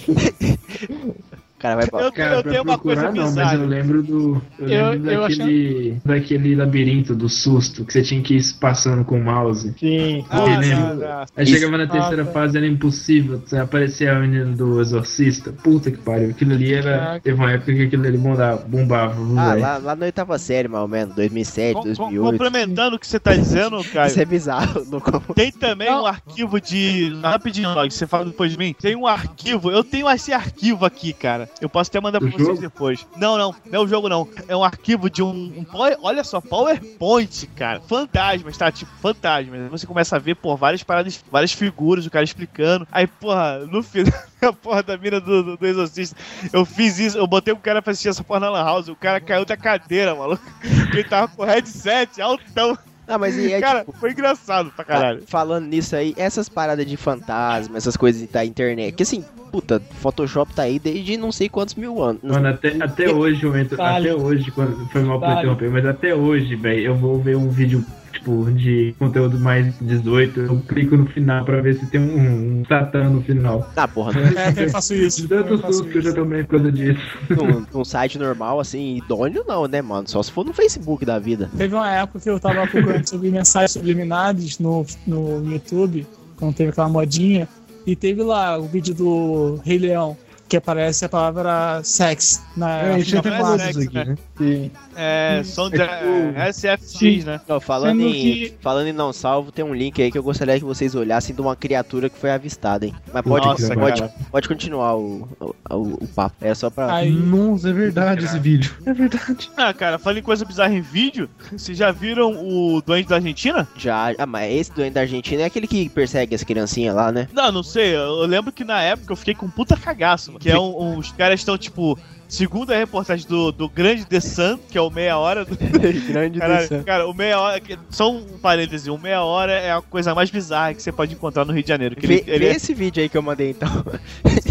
C: Cara, vai
I: pra...
G: Cara, pra procurar não, mas eu lembro do. Eu
I: Eu-
G: lembro
I: eu
G: daquele, daquele labirinto do susto que você tinha que ir passando com o mouse.
I: Sim.
G: Ah, lembra? Aí chegava
D: Ah,
G: na terceira fase, era impossível. Você aparecia a menina do exorcista. Puta que pariu. Aquilo ali era.
C: Caraca.
G: Teve uma época que aquilo ali bombava. bombava
C: Ah,
G: velho.
C: lá, lá na oitava série, mais ou menos, 2007, 2008.
D: Complementando o que você tá dizendo, Caio.
C: Isso é bizarro. No...
D: Tem também um arquivo de. Rapidinho, Log, você fala depois de mim. Tem um arquivo. Eu tenho esse arquivo aqui, cara. Eu posso até mandar pra
G: Do
D: vocês
G: jogo?
D: depois. Não, não. Não é o jogo, não. É um arquivo de um. um power- olha só, PowerPoint, cara. Fantasmas, tá? Tipo, fantasmas. Você começa a ver, pô, várias paradas, várias figuras, o cara explicando. Aí, porra, no final. A porra da mina do, do, do exorcista. Eu fiz isso, eu botei o cara pra assistir essa porra na Lan House. O cara caiu da cadeira, maluco. Ele tava com headset, altão.
C: Ah, mas e é,
D: Cara, foi engraçado pra caralho.
C: Ah, Falando nisso aí, essas paradas de fantasma, essas coisas da internet, que assim, puta, Photoshop tá aí desde não sei quantos mil anos.
G: Mano, é até, até hoje eu entro.
C: Vale.
G: Até hoje, quando, foi mal pra
C: Vale.
G: interromper, mas até hoje, velho, eu vou ver um vídeo. Tipo, de conteúdo mais 18, eu clico no final pra ver se tem um, um satã no final.
C: Ah, porra,
D: É,
G: não
H: eu faço isso.
G: De tanto susto que eu já tomei por causa disso.
C: Num, num site normal, assim, idôneo não, né, mano? Só se for no Facebook da vida.
H: Teve uma época que eu tava procurando sobre mensagens subliminares no, no YouTube, quando teve aquela modinha, e teve lá o vídeo do Rei Leão, que aparece a palavra sex na
F: É, a gente já até
H: na
F: falou
H: frase.
F: disso aqui, né?
I: Sim.
D: É, som de é, SFX, né?
C: Não, falando
D: Sendo
C: em,
D: que-
C: falando em não salvo, tem um link aí que eu gostaria que vocês olhassem de uma criatura que foi avistada, hein? Mas pode,
D: Nossa,
C: pode,
D: cara.
C: pode continuar o, o, o papo. É só pra.
F: Nossa, é verdade esse vídeo. É verdade.
D: Ah, cara, falei coisa bizarra em vídeo. Vocês já viram o doente da Argentina?
C: Já. Ah, mas esse doente da Argentina é aquele que persegue as criancinhas lá, né?
D: Não, não sei. Eu lembro que na época eu fiquei com um puta cagaço, mano. Que é um, um- os caras estão, tipo, segundo a reportagem do, do Grande The Sun, que é o Meia Hora. Do...
C: Grande
D: Caralho,
C: Sun.
D: Cara, o Meia Hora. que- Só um parêntese: o Meia Hora é a coisa mais bizarra que você pode encontrar no Rio de Janeiro. Que
C: Vê,
D: ele, ele
C: vê
D: é-
C: esse vídeo aí que eu mandei então.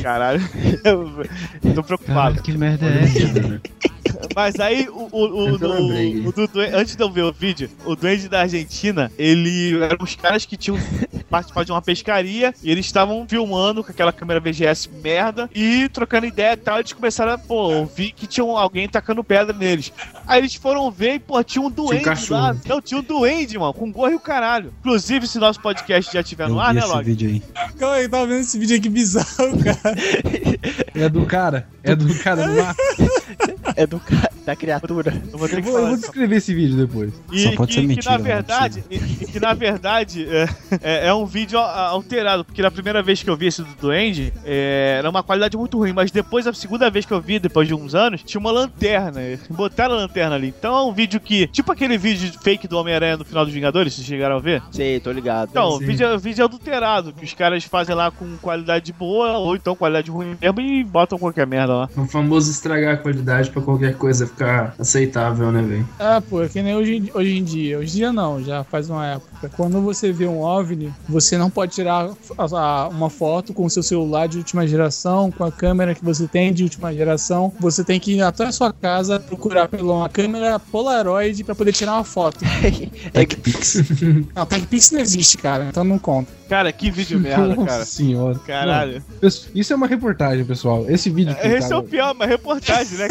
D: Caralho, eu tô preocupado.
E: que merda é essa?
D: Mas aí, o, o, o,
E: Eu tô
D: o-
E: lembrei.
D: o do Duen- antes de eu ver o vídeo, o Duende da Argentina, ele eram os caras que tinham participado de uma pescaria e eles estavam filmando com aquela câmera VGS merda e trocando ideia e tal. Eles começaram a, pô, ouvir que tinha um, alguém tacando pedra neles. Aí eles foram ver e, pô, tinha um duende
E: cachorro.
D: lá. Não, tinha um duende, mano, com gorro e o caralho. Inclusive, se nosso podcast já estiver
F: Ah,
D: no ar, né, Log?
E: vídeo aí.
H: Calma aí, tava vendo esse vídeo aqui bizarro, cara.
F: É do cara. É do cara do mato.
C: É do cara, da criatura.
D: Eu vou ter
F: Eu
D: que
F: vou, eu
D: falar
F: vou
D: isso.
F: descrever esse vídeo depois.
D: E que, que
F: né?
D: na
G: né?
D: verdade, e- e que na verdade é, é- é um vídeo a- alterado, porque na primeira vez que eu vi esse do Duende, é, era uma qualidade muito ruim, mas depois, a segunda vez que eu vi, depois de uns anos, tinha uma lanterna. e Botaram a lanterna ali. Então é um vídeo que. Tipo aquele vídeo fake do Homem-Aranha no final dos Vingadores, vocês chegaram a ver?
C: Sei, tô ligado.
D: Então, o vídeo, é- vídeo é adulterado, que os caras fazem lá com qualidade boa, ou então qualidade ruim mesmo, e botam qualquer merda lá.
G: O famoso estragar a qualidade pra qualquer coisa ficar aceitável, né, velho?
H: Ah, pô, é que nem hoje, hoje em dia. Hoje em dia não, já faz uma época. Quando você vê um OVNI, você não pode tirar a- a- uma foto com o seu celular de última geração, com a câmera que você tem de última geração. Você tem que ir até a sua casa procurar por uma câmera Polaroid pra poder tirar uma foto.
G: TechPix.
H: não, TechPix não existe, cara, então não conta.
D: Cara, que vídeo merda,
F: Nossa
D: cara.
F: senhora.
D: Caralho.
F: Não, isso- Isso é uma reportagem, pessoal. Esse vídeo que
D: Esse
F: tá-
D: é o pior, uma reportagem, né?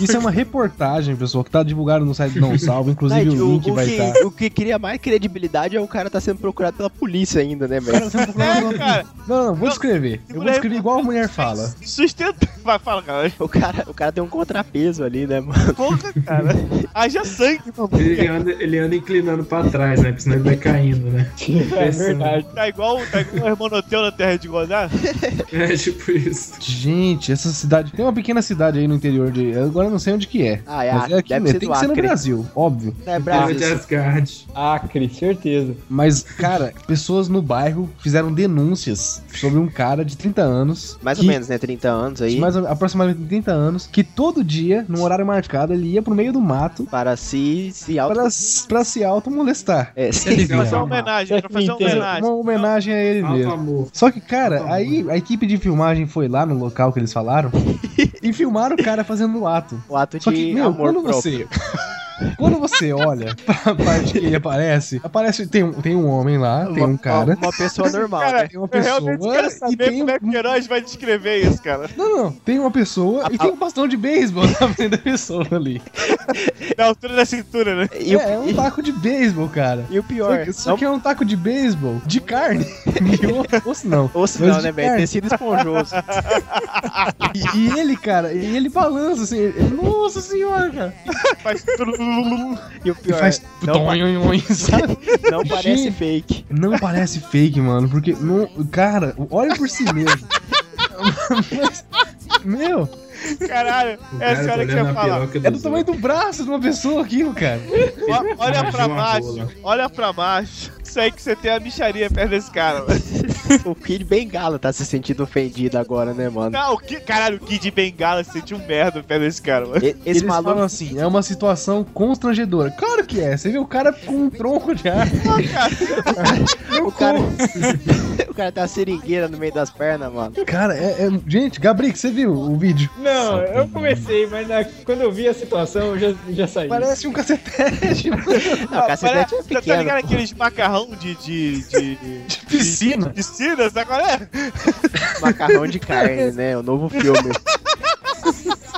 F: Isso é uma reportagem, pessoal, que tá divulgado no site do Não Salvo. Inclusive
C: Mas
F: o link
C: tipo, o,
F: vai tá
C: que,
F: estar.
C: o que cria mais credibilidade é o cara tá sendo procurado pela polícia ainda, né, velho?
F: tá
D: É,
F: Não, não, vou escrever. Eu vou escrever igual a mulher fala.
D: Sustenta. Vai, fala, cara.
C: O cara, o cara tem um contrapeso ali, né, mano?
D: Porra, cara. Haja sangue, mano.
G: Ele anda, ele anda inclinando pra trás, né? Porque senão ele vai caindo, né?
D: É verdade. Tá igual, tá igual o irmão Noteu na Terra de Godá.
G: É tipo isso.
F: Gente, essa cidade. Tem uma pequena cidade aí no interior de. eu Agora não sei onde que é.
C: Ah, é
F: Mas é
C: Acre.
F: aqui
C: Deve
F: mesmo.
C: ser
F: Tem
C: do
F: que ser no
C: Acre.
F: Brasil, óbvio.
C: Não é Brasil.
G: Depois de Asgard.
I: Acre, certeza.
F: Mas, cara, pessoas no bairro fizeram denúncias sobre um cara de 30 anos.
C: Mais
F: que-
C: ou menos, né? 30 anos aí.
F: de Mais ou- aproximadamente 30 anos, que todo dia, num horário marcado, ele ia pro meio do mato
C: Para se, se auto...
F: pra, pra se automolestar.
C: É,
G: Ele
C: se...
G: viu,
D: Pra fazer uma
G: né?
D: homenagem, pra fazer uma homenagem.
F: Uma homenagem a ele
G: Alto
F: mesmo.
G: amor.
F: Só que, cara, aí a equipe de filmagem foi lá no local que eles falaram e filmaram o cara fazendo o ato.
C: O Um ato de
F: Só que, meu,
C: amor
F: quando
C: próprio.
F: você. Quando você olha pra parte que ele aparece, aparece. Tem, um- tem um homem lá, tem um
C: Uma-
F: cara.
C: Uma pessoa normal, né?
F: Tem uma
D: Eu
F: pessoa
D: É, realmente quero
F: e
D: saber
F: tem um-
D: como é que o Queiroz vai descrever isso, cara.
F: Não, não. Tem uma pessoa e tem um bastão de beisebol na frente da pessoa ali.
D: Na altura da cintura, né?
C: E o,
F: é, é um taco de beisebol, cara.
C: e o pior,
F: Isso aqui é um taco de beisebol de carne. E o- Osso não.
C: ou se
F: Mas
C: não,
F: de
C: né, velho?
F: carne.
C: Tecido esponjoso.
F: E- E ele, cara, e ele balança assim. ele- Nossa senhora, cara.
D: Faz
C: E o
F: E
C: pior,
F: faz.
C: não, pa-
F: tonhonhonhon, sabe?
C: não parece
F: Gente.
C: fake.
F: Não parece fake, mano, porque. Não, cara, olha por si mesmo. Mas, Meu,
D: Caralho,
G: O
D: é a
G: cara tá
D: senhora que
G: olhando
D: ia
G: a
D: falar.
G: piroca
F: é do
G: dos
F: tamanho do braço de uma pessoa aquilo, cara.
D: Ó- Olha
G: Imagina
D: pra
G: uma
D: baixo,
G: rola.
D: olha pra baixo. Isso aí que você tem é a micharia perto desse cara. mano.
C: O Kid Bengala tá se sentindo ofendido agora, né, mano?
D: Não, o que, caralho, o Kid Bengala se sente um merda perto desse cara, mano.
C: E- Esse
F: Eles falam
C: maluco
F: assim, é uma situação constrangedora. Claro que é. Você vê o cara com um tronco de ar.
C: O cara, o cara tá seringueira no meio das pernas, mano.
F: Cara, é, é- Gente, Gabriel, você viu o vídeo?
I: Não, eu comecei, mas na- quando eu vi a situação, eu já, já saí.
F: Parece um cacetete.
C: Não, o cacetete é
D: Parece- tá ligado
C: pequeno.
D: aqueles macarrão de, de, de, de
F: Piscina.
D: piscina, sabe qual é?
C: Macarrão de carne, né? O novo filme.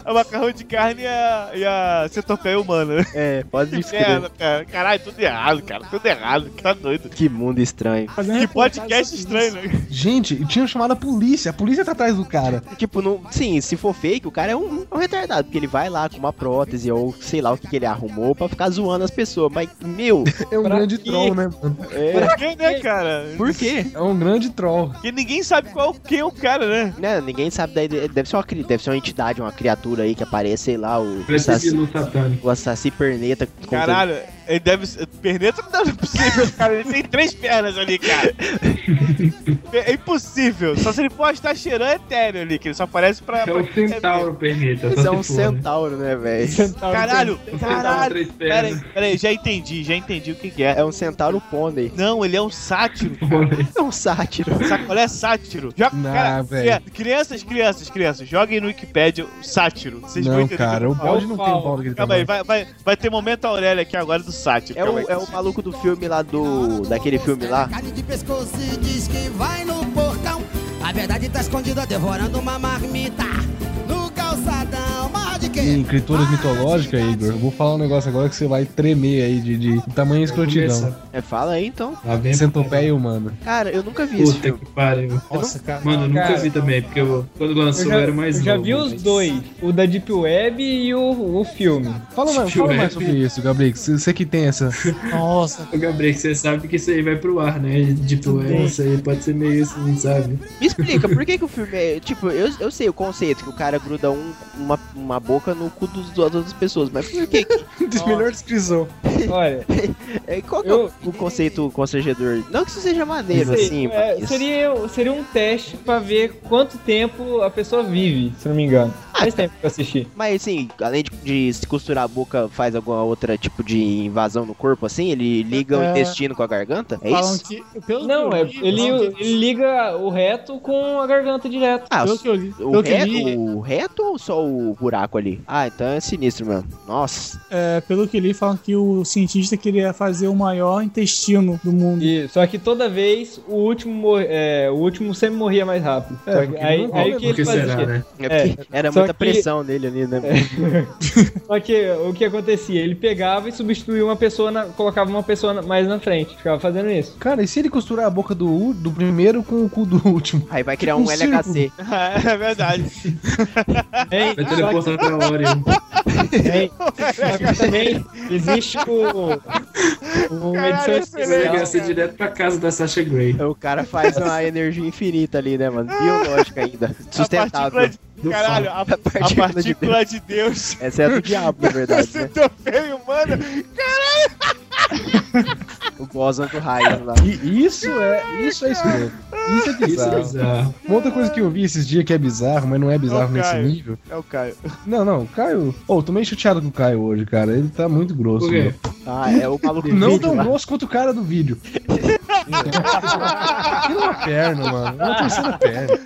D: É macarrão de carne e a, e a centopeia humana.
C: É, pode
D: Que
C: descrever.
D: merda, cara. Caralho, tudo errado, cara. Tudo errado, tá doido.
C: Que mundo estranho.
H: Fazer uma
D: Que
H: reportagem
D: podcast
H: sobre isso.
D: estranho, né?
F: Gente, e tinham chamado a polícia. A polícia tá atrás do cara.
C: Tipo, não, sim, se for fake, o cara é um, um retardado, porque ele vai lá com uma prótese ou sei lá o que, que ele arrumou pra ficar zoando as pessoas. Mas, meu,
F: É um
I: Pra
F: grande
I: quê?
F: troll, né, mano?
C: é,
D: Por quê, né, cara?
C: por quê?
F: É um grande troll.
D: Porque ninguém sabe qual, quem é o cara, né?
C: Né, ninguém sabe, daí, deve, ser uma, cri- deve ser uma entidade, uma criatura aí que aparece, sei lá, o, o
G: Parece
C: Saci,
G: Bilu satânico.
C: o Saci Perneta. com-
D: Caralho, ele deve ser. Perneta não é possível, cara. Ele tem três pernas ali, cara. É impossível. Só se ele for estar cheirando etéreo ali, que ele só aparece pra.
G: É o
D: pra-
G: centauro, perneta.
C: Isso é um
G: Só se for, né?
C: centauro, né, velho?
D: Caralho,
G: Um centauro,
D: caralho.
G: três
D: Pera aí,
G: pernas.
D: pera aí, já entendi, já entendi o que, que é.
C: É um centauro pônei.
D: Não, ele é um sátiro.
C: É um sátiro.
D: Sabe qual é sátiro? Joga,
F: Não,
D: cara,
F: Ah,
D: é-
F: velho.
D: cri- crianças, crianças, crianças, joguem no Wikipedia o sátiro. Vocês vão
F: Não,
D: entender
F: cara,
D: o
F: o
D: que eu falo.
F: bode não tem pau daquele
D: Calma aí,
F: tamanho.
D: vai, vai, vai ter momento Aurélia aqui agora do sátiro.
C: É o,
D: calma aí.
C: é o maluco do filme lá do. daquele filme lá.
L: Carne de pescoço e diz que vai no portão. A verdade tá escondida, devorando uma marmita. No calçadão, morra de quê?
F: Em criaturas
L: Ah,
F: mitológicas,
L: de-
F: Igor, eu vou falar um negócio agora que você vai tremer aí de, de tamanho escrotidão.
G: Começa.
C: É, fala aí então.
G: Lá vem.
F: Centopeia humana.
C: Cara, eu nunca vi esse
G: Puta
C: filme.
G: que pariu.
H: Nossa, cara.
G: Mano, eu nunca
I: Cara.
G: vi também, porque eu- quando
I: Eu
G: lançou eu,
I: já,
G: era mais
I: eu já
G: novo,
I: vi os
G: mas-
I: dois, o da Deep Web e o, o filme.
F: Fala mais, fala mais sobre isso, Gabriel. Você você que tem essa.
H: Nossa,
G: Ô, Gabriel, você sabe que isso aí vai pro ar, né? Tipo, é, isso aí pode ser meio assim, sabe?
C: Me explica, por que, que o filme é. Tipo, eu, eu sei o conceito, que o cara gruda um- uma, uma boca no cu dos, das outras pessoas, mas por que? que-
F: Melhor descrição.
I: Olha,
C: é, Qual que
I: eu,
C: é o conceito constrangedor? Não que isso seja maneiro,
I: sei,
C: assim,
I: é,
C: mas.
I: seria, seria um teste pra ver quanto tempo a pessoa vive, se não me engano. Faz tempo que eu assisti.
C: Mas assim, além de, de se costurar a boca, faz alguma outra tipo de invasão no corpo, assim? Ele liga o
I: É.
C: intestino com a garganta? É
H: Falam
C: isso?
H: que- pelo
I: Não,
H: que
I: é,
H: eu li,
I: ele,
H: falam
I: ele liga o reto com a garganta direto.
C: Ah,
I: Pelo
C: o-
I: que eu li-
C: O,
I: pelo que eu
C: reto,
I: li-
C: o reto ou só o buraco ali? Ah, então é sinistro, mano. Nossa.
H: É, pelo que li, falam que o cientista queria fazer o maior intestino do mundo.
I: Isso, só que toda vez o último, mor- é, o último sempre morria mais rápido.
H: É,
I: Só que-
H: porque
I: aí,
H: não
I: aí
H: rola,
I: o que
H: né?
I: ele
H: Porque
I: fazia?
H: será, né?
C: É porque era
I: só
C: muita
I: que- É.
C: pressão nele ali, né?
I: Só que o que acontecia? Ele pegava e substituía uma pessoa, na- colocava uma pessoa na- mais na frente. Ficava fazendo isso.
F: Cara, e se ele costurar a boca do, u- do primeiro com o cu do último?
C: Aí vai
I: criar um LHC.
D: É verdade.
I: Hein?
D: Vai teleportando
I: Só que-
D: pra Oreo.
I: Hein? Só que também existe o. o uma edição
D: é
I: especial.
G: Ia ser direto pra casa da Sasha Grey.
C: O cara faz uma energia infinita ali, né, mano? Biológica ainda. Sustentável.
D: Caralho, a, a
C: partícula de
D: partícula de Deus.
C: Essa é do diabo, na verdade,
D: Você
C: né?
D: também, humana.
C: O bóson do raio lá.
F: Isso é, isso é escroto. Isso é bizarro.
G: bizarro.
F: Uma outra coisa que eu vi esses dias que é bizarro, mas não é bizarro nesse
D: Caio.
F: nível.
D: É o Caio.
F: Não, não, o Caio. Ô, tô meio chateado com o Caio hoje, cara. Ele tá muito grosso.
D: Por quê?
F: meu.
C: Ah, é o maluco do
F: Não
C: vídeo
F: tão
C: lá.
F: grosso quanto o cara do vídeo. Aquilo é uma perna, mano. É uma terceira perna.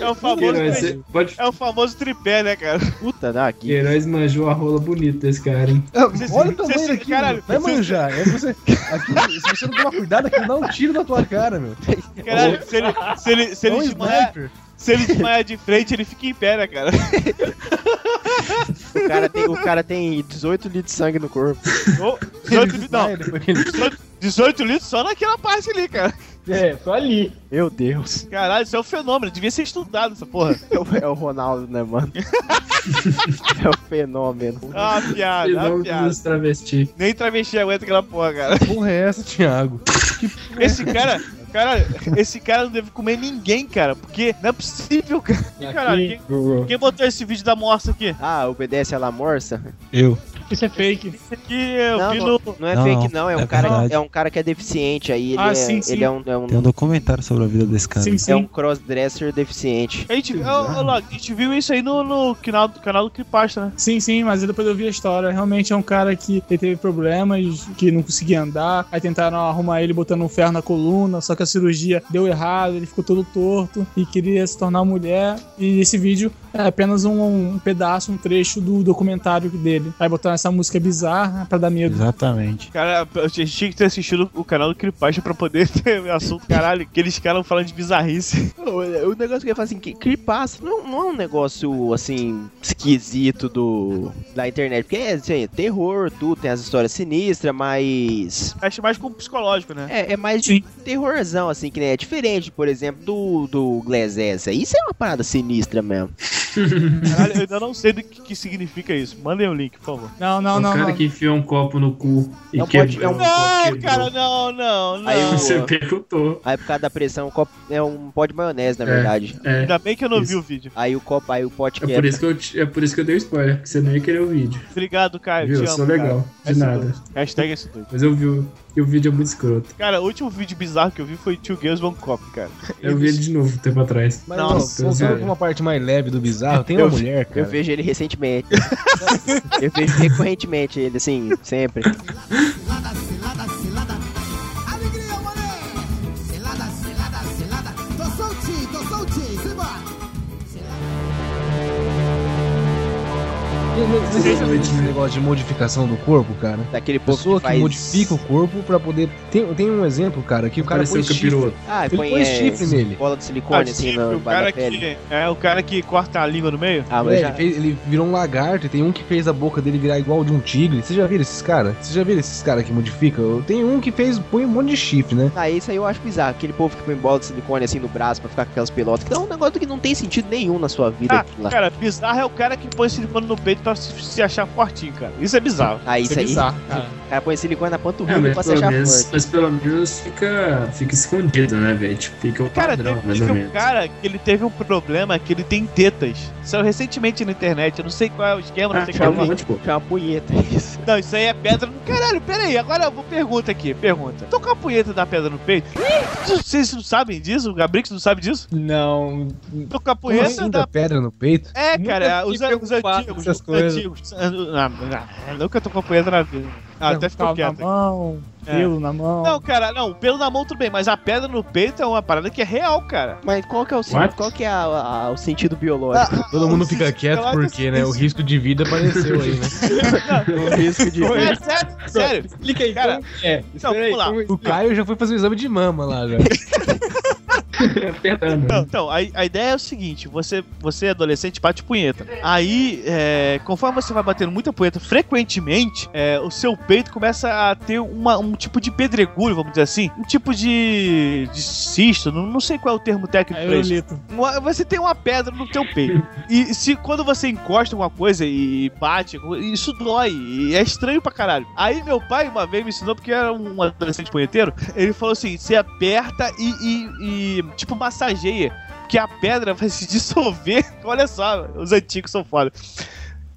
D: É o famoso,
G: Queiroz,
D: tri-
G: você pode-
D: é o famoso tripé, né, cara?
C: Puta, dá aqui.
G: Queiroz manjou a rola bonita desse cara, hein?
F: Ah, Olha o tamanho daqui,
D: caralho,
F: meu. Vai
D: vocês-
F: manjar. É você, aqui, se você não tomar cuidado, aquilo dá um tiro na tua cara, meu.
D: Caralho, se ele, se ele, se
F: É
D: ele
F: um
D: desmaiar,
F: sniper.
D: se ele desmaiar de frente, ele fica em pé, né, cara?
C: O cara, tem, o cara tem 18 litros de sangue no corpo.
D: Ou 18 litros, não. 18, 18 litros só naquela parte ali, cara.
I: É, só ali.
C: Meu Deus.
D: Caralho, isso é um fenômeno. Devia ser estudado essa porra.
C: É o, é o Ronaldo, né, mano? é o fenômeno.
D: Ah, piada, ah, piada.
G: travesti.
D: Nem travesti aguenta aquela porra, cara.
F: Porra é essa, Thiago?
D: Esse cara, cara, esse cara não deve comer ninguém, cara, porque não é possível, cara. E, caralho, quem, quem botou esse vídeo da morsa aqui?
C: Ah, obedece a La Morsa?
F: Eu.
H: Isso é fake.
D: Isso aqui eu
C: Não,
D: vi
C: não,
D: no.
C: não é
M: Não,
C: fake, não. É um,
M: é
C: cara,
M: verdade.
C: é um cara que é deficiente. Aí ele,
D: Ah,
C: é,
D: sim, sim.
C: ele é um, é um,
M: Tem um documentário sobre a vida desse cara.
C: é um crossdresser deficiente.
D: A gente, ó, ó, Log, a gente viu isso aí no, no canal, do- canal do Cripasta, né?
H: Sim, sim, mas depois eu vi a história. Realmente é um cara que ele teve problemas, que não conseguia andar. Aí tentaram arrumar ele botando um ferro na coluna, só que a cirurgia deu errado, ele ficou todo torto e queria se tornar mulher. E esse vídeo é apenas um, um pedaço, um trecho do documentário dele. Aí botaram essa música bizarra pra dar medo.
M: Exatamente.
D: Cara, a gente tinha que ter assistido o canal do Cripasta pra poder ter o assunto, caralho. Aqueles caras falando de bizarrice.
C: O, o negócio que eu ia falar assim, que creepypasta não, não é um negócio, assim, esquisito do da internet. Porque é, assim, é terror, tudo, tem as histórias sinistras, mas...
D: Acho mais como psicológico, né?
C: É, é mais de terrorzão, assim, que né, é diferente, por exemplo, do, do Glass S. Isso é uma parada sinistra mesmo.
D: Caralho, eu ainda não sei do que, que significa isso. Mandem o link, por favor.
H: Não,
G: um cara que enfiou um copo no cu e
C: Não pode-
G: quebrou.
C: é um-
D: Não, Ah, cara, não, não, não.
C: Aí eu-
G: Você perguntou.
C: Aí por causa da pressão, o copo é um pó de maionese, na
G: É,
C: verdade.
G: É,
D: Ainda bem que eu não vi
G: Isso.
D: o vídeo.
C: Aí o copo, aí o pote
G: é,
C: quebra.
G: por isso que eu, te- é por isso que eu dei o spoiler, porque você não ia querer o vídeo.
D: Obrigado, Caio.
G: Viu?
D: te
G: Eu
D: amo,
G: sou legal.
D: cara.
G: De
D: Esse
G: nada.
D: doido. Hashtag esse doido.
G: Mas eu vi o, e o vídeo é muito escroto.
D: Cara, o último vídeo bizarro que eu vi foi Two Girls One Cop, cara.
G: Eu vi ele de novo um tempo atrás.
F: Mas
G: Nossa,
F: Nossa, vamos
G: cara.
F: ver uma parte mais leve do bizarro. Tem uma
C: Eu-
F: mulher, cara.
C: Eu vejo ele recentemente. eu vejo recorrentemente ele, assim, sempre.
L: Cilada, cilada, cilada. Alegria, mané! Cilada, cilada, cilada. Tô soltinho, tô soltinho. Simbora!
F: Vocês sabem desse negócio de modificação do corpo, cara?
C: Daquele povo
F: Pessoa
C: que
F: que,
C: faz-
F: modifica o corpo pra poder. Tem, tem um exemplo, cara, que o cara
G: Pareceu
F: põe
G: um capiroto.
F: chifre.
C: Ah,
F: Ele
C: põe,
F: põe
C: é,
F: chifre nele.
C: Bola de silicone,
D: Ah,
C: assim,
D: chifre,
C: no
D: o
C: embaixo
D: cara
C: da pele.
D: que, é o cara que corta a língua no meio?
C: Ah, mas
F: É,
C: já...
F: ele, fez- ele virou um lagarto e tem um que fez a boca dele virar igual de um tigre. Vocês já viram esses caras? Vocês já viram esses caras que modificam? Tem um que fez, põe um monte de chifre, né?
C: Ah, isso aí eu acho bizarro. Aquele povo que põe bola de silicone assim no braço pra ficar com aquelas pelotas. Que é um negócio que não tem sentido nenhum na sua vida.
D: Ah,
C: aquilo lá.
D: cara, bizarro é o cara que põe silicone no peito pra se de se achar fortinho, cara. Isso é bizarro.
C: Ah, isso,
D: é
C: aí.
D: bizarro,
C: cara.
D: cara.
C: põe silicone na
G: É,
C: panturrilha
G: mas
C: pra se
G: pelo,
C: achar
G: menos,
C: forte.
G: mas pelo menos fica, fica escondido, né, velho? Tipo, fica o padrão, mais ou
D: Teve
G: menos.
D: um cara que ele teve um problema que ele tem tetas. Saiu recentemente na internet, eu não sei qual é o esquema, não sei qual é o
C: chama,
D: nome.
C: chama punheta. Isso.
D: Não, isso aí é pedra no. Caralho, peraí, agora eu vou pergunta aqui, pergunta. Tô com a punheta da pedra no peito? Vocês não sabem disso? O Gabrix não sabe disso?
I: Não.
D: Tô com a
F: Como
D: punheta
F: assim,
D: da
F: da pedra no peito?
D: É, cara,
I: fiquei
D: os, an- os
I: preocupado
D: antigos,
I: com essas
D: os
I: coisas.
D: antigos. Ah, não, não, nunca tô com a punheta na vida. Ah, até ficou
H: Calma na
D: quieto. É.
H: mão, pelo na mão.
D: Não, cara, não, pelo na mão tudo bem, mas a pedra no peito é uma parada que é real, cara.
C: Mas qual que é o, sen-
D: What?
C: qual que é a- a- o sentido biológico?
F: Todo mundo fica quieto
D: coloca
F: porque, né? O risco de vida apareceu aí, né?
C: o risco de.
D: É sério, sério.
I: Explica aí,
D: cara.
I: É,
D: Não, vamos lá.
F: O Caio então. já foi fazer o exame de mama lá, já.
D: Então, então, a, a ideia é o seguinte: você, você é adolescente, bate punheta. Aí, é, conforme você vai batendo muita punheta frequentemente, é, o seu peito começa a ter uma- um tipo de pedregulho, vamos dizer assim. Um tipo de, de cisto, não, não sei qual é o termo técnico pra isso.
H: Aerolito.
D: Uma- Você tem uma pedra no teu peito. E se quando você encosta alguma coisa e bate, isso dói. E é estranho pra caralho. Aí meu pai uma vez me ensinou, porque eu era um adolescente punheteiro, ele falou assim: você aperta e, e- e, tipo massageia. Que a pedra vai se dissolver. Olha só, os antigos são foda.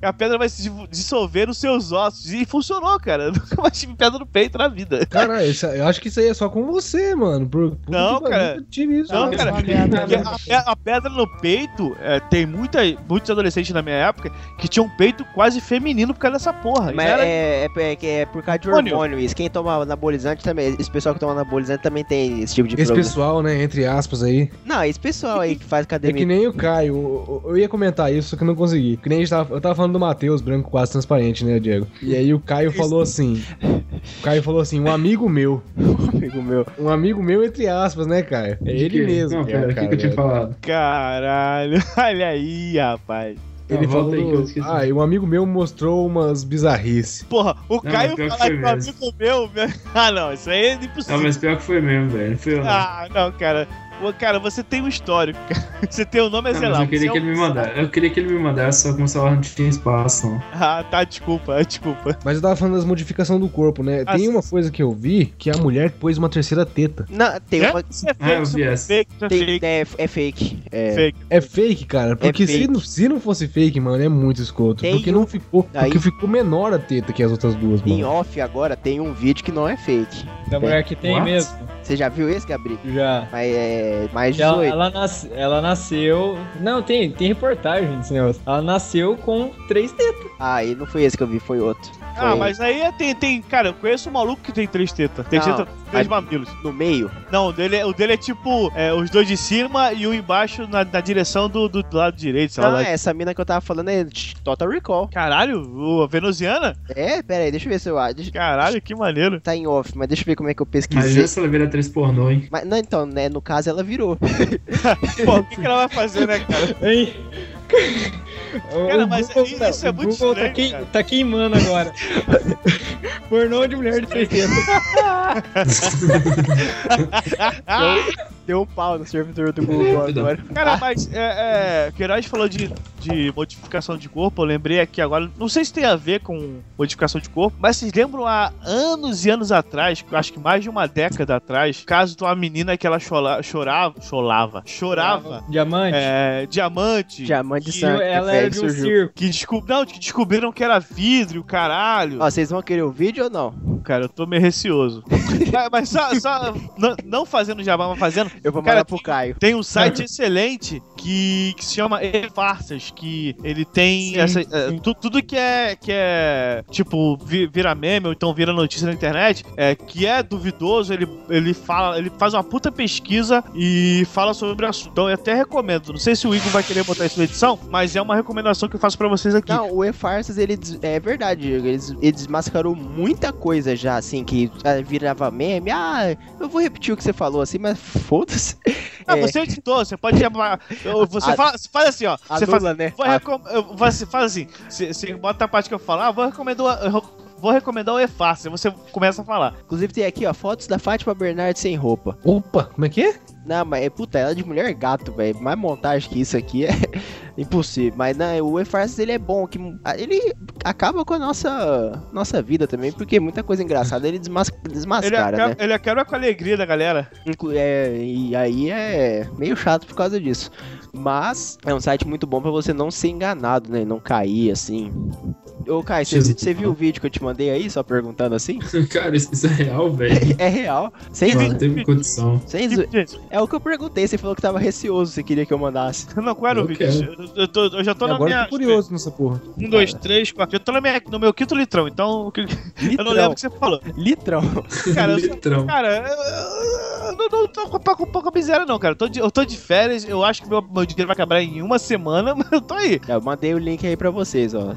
D: A pedra vai se di- dissolver nos seus ossos. E funcionou, cara. Eu nunca mais tive pedra no peito na vida.
F: Cara, isso- eu acho que isso aí é só com você, mano. Por, por
D: Não,
F: que-
D: cara.
F: eu nunca tive isso,
D: Não,
F: mano.
G: né?
D: cara, porque a, pe- a pedra no peito, é, tem muita, muitos adolescentes na minha época que tinham um peito quase feminino por causa dessa porra.
C: Mas
D: E era-
C: é, é- é que é por causa de
D: Hormônio.
C: hormônio isso. Quem toma anabolizante também, esse pessoal que toma anabolizante também tem esse tipo de
F: Esse
C: problema.
F: pessoal, né, entre aspas aí.
C: Não, esse pessoal aí que faz
F: É
C: academia.
F: que nem o Caio, eu- eu ia comentar isso, só que eu não consegui. Que nem a gente tava, eu tava falando do Matheus, branco quase transparente, né, Diego? E aí o Caio falou assim: O Caio falou assim, um amigo meu.
C: um amigo meu.
F: Um amigo meu, entre aspas, né, Caio? É ele
G: que-
F: mesmo.
G: Não,
F: que é
G: pera,
F: o
G: o que que eu tinha
F: velho.
G: falado?
D: Caralho, olha aí, rapaz.
F: Ele falou. ah, e um amigo meu mostrou umas bizarrices.
D: Porra, o Caio
G: pior que
D: falar
G: foi
D: que um
G: mesmo.
D: amigo meu. meu- Ah, não, isso aí é
G: Não,
D: impossível.
G: mas pior que foi mesmo, velho. Não fui eu, não.
D: Ah, não, cara. Ô, Cara, você tem um histórico. cara. Você tem o nome, é
G: Não,
D: sei
G: mas
D: lá.
G: eu queria
D: você
G: que
D: é um-
G: ele me mandasse. Eu queria que ele me mandasse, só que meu celular não tinha espaço, não.
D: Ah, tá, desculpa, desculpa.
F: Mas eu tava falando das modificações do corpo, né?
D: Ah,
F: Tem uma coisa que eu vi que a mulher pôs uma terceira teta.
C: Não, tem
D: É?
C: uma.
D: Isso é
F: Ah,
D: fake, isso é fake, isso é
C: Tem-
D: fake.
C: é, é fake. É.
D: Fake.
F: É fake, cara. Porque
D: é
F: Se,
C: fake.
F: não, se não fosse fake, mano, é muito escroto.
C: Tem
D: um-
F: porque não ficou.
C: Aí-
F: Porque ficou menor a teta que as outras duas,
C: Em
F: mano.
C: off agora tem um vídeo que não é fake.
I: Da mulher que tem
G: What?
I: mesmo.
C: Você já viu esse, Gabriel?
I: Já.
C: Mas é mais
I: Ela,
C: 18.
I: ela, nas- ela nasceu. Não, tem, tem reportagem desse negócio. Ela nasceu com três tetas.
C: Ah, e não foi esse que eu vi, foi outro.
D: Ah,
C: Foi
D: mas aí é- tem, tem. Cara, eu conheço um maluco que tem três tetas. Tem
C: Não,
D: teta, três
C: mas-
D: mamilos.
C: No meio?
D: Não, o dele, é- o dele é tipo é, os dois de cima e um embaixo na, na direção do, do lado direito, sei
C: Não,
D: lá.
C: essa mina que eu tava falando é Total Recall.
D: Caralho, o- a venusiana?
C: É, pera aí, deixa eu ver se eu acho. Deixa-
D: Caralho, que maneiro.
C: Tá em off, mas deixa eu ver como é que eu pesquisei.
G: Imagina
C: Mas,
G: se ela vira atriz pornô, hein?
C: não, então, né, no caso ela virou.
D: Pô, o que, que ela vai fazer, né, cara?
I: Hein?
D: Cara, mas
I: Google tá-
D: isso é muito
I: o Google tá,
D: estranho,
I: queim-
D: cara.
I: tá queimando agora. Pornô de mulher de três tetas.
C: Deu um pau no servidor do Google agora.
D: Cara, mas é, é, Queiroz falou de, de modificação de corpo, eu lembrei aqui agora, não sei se tem a ver com modificação de corpo, mas vocês lembram há anos e anos atrás, acho que mais de uma década atrás, o caso de uma menina que ela chola- chorava, chorava, chorava,
I: Diamante.
D: é, diamante, que-
C: Diamante sangue.
I: Ela
C: velho,
I: era de um
C: surgiu.
I: circo.
D: que, descob... não, que descobriram que era vidro, caralho.
C: Ó, vocês vão querer o vídeo ou não?
D: Cara, eu tô meio receoso. mas, mas só, só não, não fazendo jabá, mas fazendo.
C: Eu vou
D: Cara,
C: mandar pro Caio.
D: Tem um site excelente que, que se chama E Farsas, que ele tem essa, é, tu- tudo que é, que é tipo, vi- vira meme ou então vira notícia na internet, é, que é duvidoso, ele, ele fala, ele faz uma puta pesquisa e fala sobre o assunto. Então eu até recomendo. Não sei se o Igor vai querer botar isso na edição, mas é uma recomendação que eu faço pra vocês aqui.
C: Não, o E-Farsas, ele. des- É verdade, Diego. Ele, des- ele desmascarou muita coisa já, assim, que ah, virava meme. Ah, eu vou repetir o que você falou, assim, mas foda-se.
D: Ah,
C: É,
D: você editou, você pode chamar. eu- Você
C: A-
D: faz, faz assim, ó. Você
C: anula,
D: faz,
C: né?
D: vou
C: A-
D: recom- eu- você faz assim. Você, você bota a parte que eu falar, ah, vou recomendar. eu Vou recomendar o E-Fácil, você começa a falar.
C: Inclusive tem aqui, ó, fotos da Fátima Bernardes sem roupa.
F: Opa, como é que é?
C: Não, mas é puta, ela de mulher gato, velho. Mais montagem que isso aqui é. impossível. Mas né, o E-Farsas ele é bom, que ele acaba com a nossa, nossa vida também, porque muita coisa engraçada ele desmas-
D: Ele
C: desmascara,
D: acaba,
C: né?
D: ele é acaba com a alegria da galera.
C: Inclu- é, e aí é meio chato por causa disso. Mas é um site muito bom pra você não ser enganado, né? Não cair assim. Ô, Kai,
G: Deixa eu ver.
C: você viu o vídeo que eu te mandei aí, só perguntando assim?
G: Cara, isso isso é real, velho.
C: É real. Sem
G: Não
C: zo-
G: teve condição.
C: sem zo-
D: Tipo,
C: É o que eu perguntei, você falou que tava receoso, você queria que eu mandasse.
D: Não, qual era o vídeo? Eu, eu tô- eu já tô na
F: Agora eu
D: minha.
F: tô curioso nessa porra.
D: Um, dois, três, quatro. Eu tô na minha- no meu quinto litrão, então. o que- Eu não lembro o que você falou.
C: Litrão.
D: Cara, eu,
G: Litrão.
D: cara, eu- eu não, não tô com pouca, pouca miséria, não, cara. Eu tô, de, eu tô de férias, eu acho que meu, meu dinheiro vai acabar em uma semana, mas eu tô aí.
C: Eu mandei o link aí pra vocês, ó.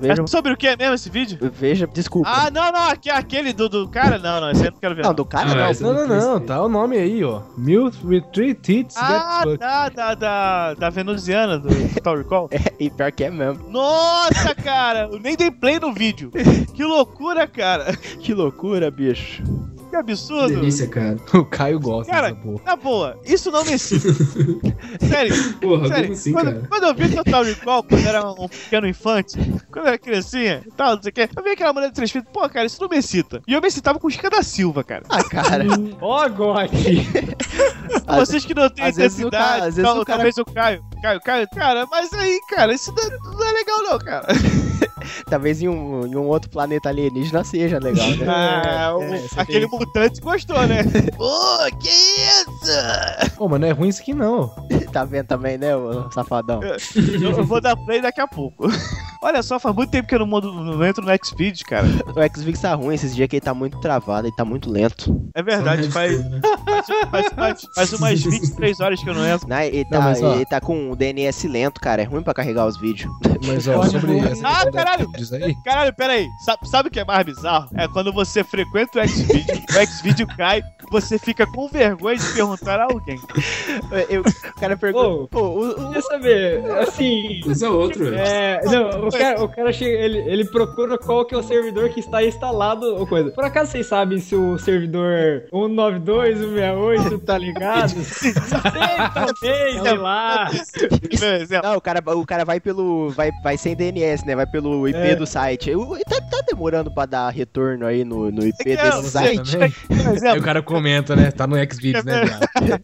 C: Vejam,
D: É sobre o que é mesmo esse vídeo?
C: veja desculpa.
D: Ah, não, não, aque- aquele do, do cara, não, não, esse aí eu Ah, não quero ver.
C: Não, do cara não.
F: Não, não, não, tá o nome aí, ó. Milf with three tits
D: Ah, tá.
F: that fuck.
D: da, da, da, da Venusiana, do Total Recall.
C: É, e pior que é mesmo.
D: Nossa, cara, eu nem dei play no vídeo. Que loucura, cara.
C: Que loucura, bicho.
D: Que absurdo.
G: Delícia, cara.
F: O Caio gosta
D: Cara,
F: dessa porra.
D: na boa, isso não me excita. Sério,
G: Porra,
D: sério.
G: como assim,
D: quando,
G: cara?
D: quando eu vi Total Recall, quando eu era um pequeno infante, quando eu era criancinha e tal, não sei o quê, eu vi aquela mulher de três filhos, pô, cara, isso não me excita. E eu me excitava com o Chica da Silva, cara.
C: Ah, cara.
I: Ó, Gotti!
C: Às-
D: Vocês que não têm
C: às vezes o cara-
D: intensidade,
C: às vezes
D: tal,
C: o cara-
D: talvez o Caio, Caio, Caio, cara, mas aí, cara, isso não, não é legal não, cara.
C: Talvez em um, em um outro planeta alienígena seja legal, né?
D: Ah, o- aquele mutante gostou, né? Ô, que isso?
F: Pô, mas não é ruim isso aqui não.
C: Tá vendo também, né, ô safadão?
D: Eu, eu vou dar play daqui a pouco. Olha só, faz muito tempo que eu não, mando, não entro no Xpeed, cara.
C: O X-Vix tá ruim esses dias que ele tá muito travado, ele tá muito lento.
D: É verdade, faz, faz, faz, faz umas 23 horas que eu não entro.
C: Né, ele,
F: Não,
C: tá,
F: mas, ó.
C: ele tá com o DNS lento, cara. É ruim pra carregar os vídeos.
F: Mas ó,
H: Olha,
F: sobre
H: porra.
F: essa
D: Ah,
F: questão da
D: caralho.
F: Tits aí,
D: Caralho, peraí. Sabe, sabe o que é mais bizarro? É quando você frequenta o Xvideo, o Xvideo cai, você fica com vergonha de perguntar a alguém.
C: Eu- o cara perguntou.
I: Ô.
C: Pô, o- o-
I: Quer saber, assim...
G: Mas é outro, velho.
I: É, não, o cara, o cara chega, ele, ele procura qual que é o servidor que está instalado ou coisa. Por acaso vocês sabem se o servidor 192, 168 tá ligado? Sei, talvez, sei lá.
D: Por exemplo,
C: Não, o cara, o cara vai pelo. Vai, vai sem DNS, né? Vai pelo IP
I: É.
C: do site. O- Tá, tá demorando pra dar retorno aí no, no IP
D: É que é,
C: desse
D: você-
C: site.
F: também.
D: por
F: Aí o
D: exemplo,
F: cara comenta, né? Tá no Xvideos, né, viado?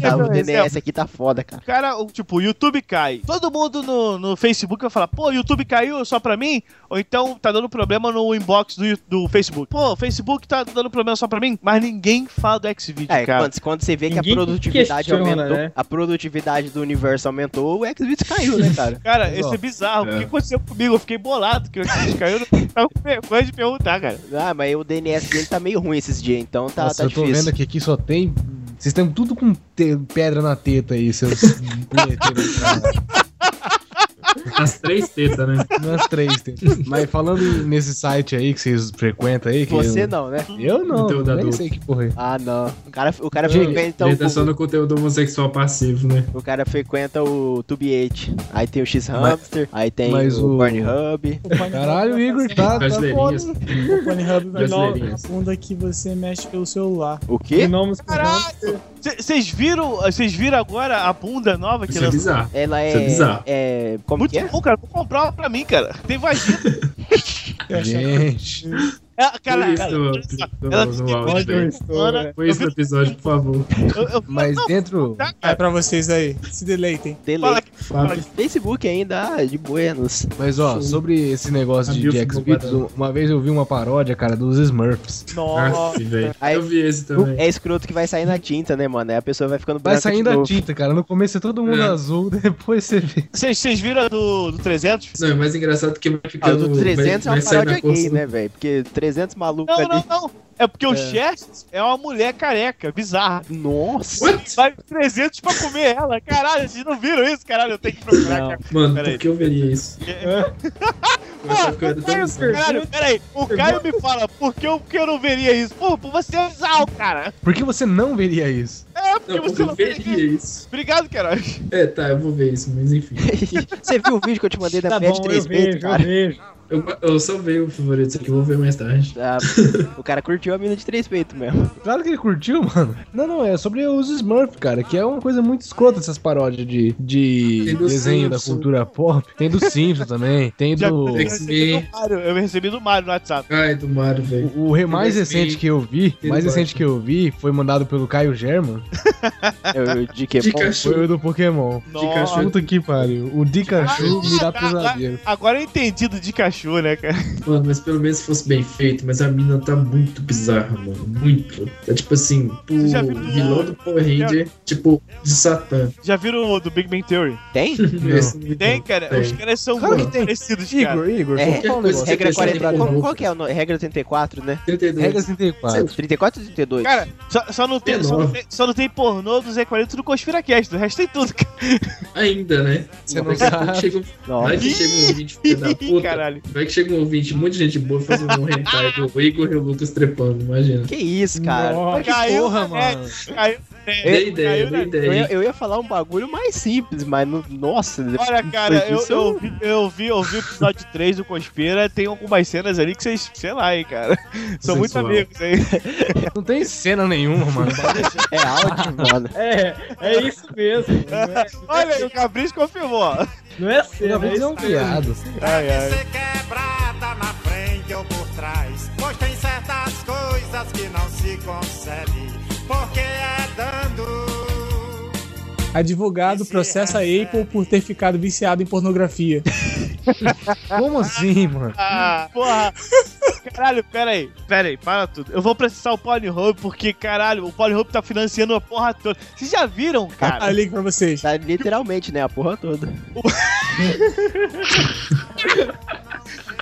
C: Tá, o
D: Não, esse
C: DNS aqui tá foda, cara.
D: o cara, o- tipo, o YouTube cai. Todo mundo no, no Facebook vai falar, pô, o YouTube caiu só pra mim? Ou então tá dando problema no inbox do, Yu- do Facebook. Pô, o Facebook tá dando problema só pra mim? Mas ninguém fala do Xvideo,
C: É,
D: cara.
C: quando, quando você vê que a
I: Ninguém
C: produtividade
I: questiona,
C: aumentou,
I: né?
C: a produtividade do universo aumentou, o Xvideos caiu, né, cara?
D: Cara,
F: Mas,
D: isso
F: ó,
D: é bizarro.
G: é.
D: O que aconteceu comigo? Eu fiquei bolado que o Xvideo caiu. Eu tava com vergonha de perguntar, cara.
C: Ah, mas o DNS dele tá meio ruim esses dias, então tá,
F: Nossa,
C: tá
F: eu tô
C: difícil.
F: vendo que aqui só tem. Vocês estão tudo com te- pedra na teta aí, seus punheteiros. cara.
G: As três tetas, né?
F: Nas três tetas. Mas falando nesse site aí que vocês frequentam aí. Que
C: Você
F: eu...
C: não, né?
F: Eu não,
G: Conteúdo
F: nem
G: adulto.
F: sei que porra é.
C: Ah, não. O cara, o cara então,
G: Gente,
C: frequenta
G: ele tá só
C: o,
G: no conteúdo homossexual passivo, né?
C: o cara frequenta o Tubiate. Aí tem o X-Hamster, aí tem
F: mas
C: o
F: o-
C: Pornhub.
H: O Pornhub
F: Caralho, o
H: vai
F: Igor
H: fazer-
F: tá, tá foda.
G: Brasileirinhas.
H: O Pornhub vai dar uma
G: Brasileirinhas.
H: bunda que você mexe pelo celular.
C: O
I: E
C: quê?
I: nomes
D: Caralho! C- Vocês viram, vocês viram agora a bunda nova que
G: Isso é
D: lançou?
G: bizarro.
C: Ela
G: Isso é
C: é.
G: bizarro.
C: é como
D: Muito
C: que é?
D: bom, cara. Vou comprar uma pra mim, cara. Tem vagina.
H: Eu achava que
F: Gente,
D: É, cara,
G: Foi isso
D: ela-
G: no-
D: ela
G: no-
D: me
G: no
D: ligou
G: áudio, velho.
D: semana,
G: Foi isso no episódio, por favor.
D: né? eu- eu-
F: mas dentro.
D: tá,
H: É
D: cara.
H: pra vocês aí, se deleitem.
D: Fala
C: Delay.
D: aqui.
G: Fala.
C: Facebook ainda, ah, de buenos.
F: Mas ó, sobre esse negócio de, de
G: Abriu, né? ficou
F: Xvideos,
G: parado.
F: uma vez eu vi uma paródia, cara, dos Smurfs.
D: Nossa.
G: Nossa,
F: Ah,
G: velho.
C: Aí-
G: Eu vi esse também.
C: É escroto que vai sair na tinta, né, mano? Aí a pessoa vai ficando
F: Vai
C: branca de
F: saindo a
C: novo.
F: tinta, cara. No começo é todo mundo
G: É.
F: azul, depois você vê.
D: Vocês vocês viram a do, do 300?
G: Não, é mais engraçado que vai
C: Ah,
G: ficando.
C: do 300
G: vai, vai
C: é uma
G: sair
C: paródia
G: na força
C: gay,
G: do-
C: né, velho? Porque 300 maluco
D: Não, não,
C: ali.
D: não. É porque o Chest é uma mulher careca, bizarra.
C: Nossa!
G: What?
D: Vai 300 pra comer ela. Caralho, vocês não viram isso? Caralho, eu tenho que procurar,
I: Não.
D: cara.
G: Mano,
D: Peraí.
G: por que eu veria isso? Eu tô ficando tão bizarro.
D: Caralho, peraí. O Caio me fala, por que eu, por que eu não veria isso? Pô, por você é bizarro, cara.
F: Por que você não veria isso?
D: É, porque
G: Não,
D: você
G: eu
D: não veria isso.
G: veria isso.
D: Obrigado, Queiroz.
G: É, tá, eu vou ver isso, mas enfim.
C: Você viu o vídeo que eu te mandei da
I: Tá
C: Fed
I: bom, eu
C: 3 vezes,
I: vejo, eu
C: cara?
I: vejo. Tá.
G: Eu, eu salvei o favorito aqui, vou ver mais tarde.
C: Ah, o cara curtiu a mina de três peitos mesmo.
F: Claro que ele curtiu, mano. Não, não, é sobre os Smurf, cara, que é uma coisa muito escrota essas paródias de, de
D: Tem do
F: desenho da
D: Simpson.
F: cultura pop. Tem do Simpsons também, tem
D: Já-
F: do...
D: eu, recebi do Mario, eu recebi do Mario no WhatsApp.
G: Ai, do Mario, velho.
F: O re-
C: é
F: mais recente que eu vi,
D: Ele
F: mais
D: gosta.
F: recente que eu vi, foi mandado pelo Caio German.
C: É o
D: Dicachou.
F: Foi o do Pokémon.
D: Nossa.
F: Puta que pariu. O Dikachu me dá pesadelo.
D: Agora eu entendi do Dikachu, né, cara?
G: Mano, mas pelo menos fosse bem feito, mas a mina tá muito bizarra, mano. Muito. É tipo assim, o
D: já viu-
G: vilão do Power Ranger, tipo, de Satã.
D: Já viram o do Big Bang Theory?
C: Tem?
G: Não.
D: Tem, cara.
G: Tem.
D: Os caras são
G: Claro
D: muito
G: que tem.
D: parecidos,
G: Igor, um
D: cara.
F: Igor,
C: É, regra 40, qual,
D: Cara,
C: qual que é o nome? Regra 34, né?
G: 32.
D: Regra
C: 34. 34 ou 32?
D: Cara, é só, só não
G: É
D: tem, só, não tem- só não tem pornô do Z40 do Conspiracast, o resto tem tudo, cara.
G: Ainda, né?
D: Você não
G: Vai que
D: sabe.
G: chega um- Vai que
D: Nossa.
G: chega um ouvinte filho da puta.
D: Caralho.
G: Vai que chega um ouvinte, um monte de gente boa fazendo um hentai do Igor e o Lucas trepando, imagina.
C: Que isso, cara? Mas que porra, mano.
D: é, Caiu, é,
C: Eu-
G: Dei ideia,
C: eu-
G: dei
C: É, Eu,
G: ideia.
C: ia- eu ia falar um bagulho mais simples, mas no- nossa. é
D: Olha, cara, eu,
C: depois disso
D: eu, vi, eu, vi, eu vi o episódio 3 do Conspira, tem algumas cenas ali que vocês, sei lá, hein, cara. São muito
F: Sensual.
D: amigos aí.
F: Não tem cena nenhuma, mano.
C: É áudio, mano.
I: É, é isso mesmo. é,
D: Olha aí, o Cabris confirmou.
I: Não é
F: Ainda
I: cena,
F: bem que é um criado.
D: Ai, ai.
N: é quebrada na frente ou por trás. Pois tem certas coisas que não se consegue, porque é dando.
H: Advogado processa a Apple por ter ficado viciado em pornografia.
F: Como assim, mano?
D: Ah, porra. Caralho, pera aí, pera aí, para tudo. Eu vou processar o Pornhub porque, caralho, o Pornhub tá financiando a porra toda. Vocês já viram, cara?
H: Ah, ligo pra vocês.
C: Tá literalmente, né? A porra toda.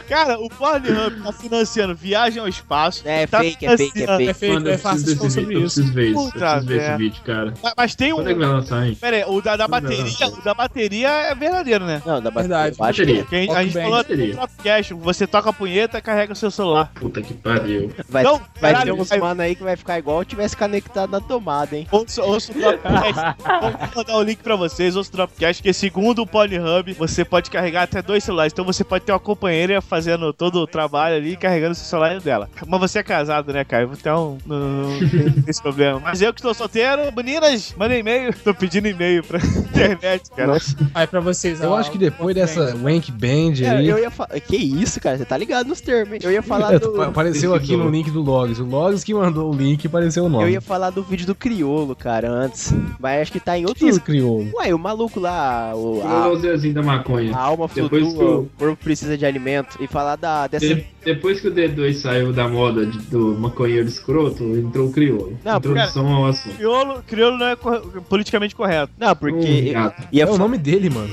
D: Cara, o Pornhub tá financiando viagem ao espaço.
C: É
D: tá
C: fake, é fake, é fake. É fake,
G: Mano, eu preciso desse vídeo, eu preciso ver isso, eu
D: Puta
G: preciso ver esse
D: merda.
G: vídeo, cara.
D: Mas- Mas tem um.
G: Quando é que vai lançar, hein?
D: Pera aí, o da, da
G: Quando é vai
D: bateria, o da bateria é verdadeiro, né?
C: Não, da
H: Verdade.
C: eu acho que é.
D: a gente, a gente
H: Rock
D: falou
H: Band.
D: até no podcast, você toca a punheta e carrega o seu celular.
G: Puta que pariu.
C: Vai,
D: Não,
C: vai
D: caralho,
C: ter um uns
D: vai-
C: mano aí que vai ficar igual eu tivesse conectado na tomada, hein?
D: Ouça, ouça o Dropcast. Vou mandar o link pra vocês, ouça o Dropcast, que segundo o Pornhub, você pode carregar até dois celulares. Então você pode ter uma companheira fazendo todo o trabalho ali, carregando o seu celular dela. Mas você é casado, né, Caio? Então não, não, não tem esse problema. Mas eu que estou solteiro, meninas, manda e-mail. Tô pedindo e-mail pra internet, cara.
H: Aí pra vocês,
F: Eu
H: ó,
F: acho que depois dessa Wank Band
C: É,
F: aí.
C: eu ia falar. Que isso, cara? Você tá ligado nos termos, hein? Eu ia falar
F: É,
C: do.
F: Apareceu aqui no link do Logs. O Logs que mandou o link e apareceu o nome.
C: Eu ia falar do vídeo do Criolo, cara, antes. Mas acho que tá em outro.
F: Que isso, crioulo?
C: Ué, o maluco lá. O,
G: Vou dar o
C: a,
G: deusinho da maconha.
C: a alma
G: Depois que
C: flutua,
G: eu-
C: o corpo precisa de alimento. E falar da, dessa.
G: De- Depois que o D2 saiu da moda de- do maconheiro escroto, entrou o crioulo.
C: Não,
G: Introdução
F: um
G: ao assunto.
D: Criolo, criolo não é cor- politicamente correto.
C: Não, porque.
G: Hum,
C: ia
F: É o nome dele, mano.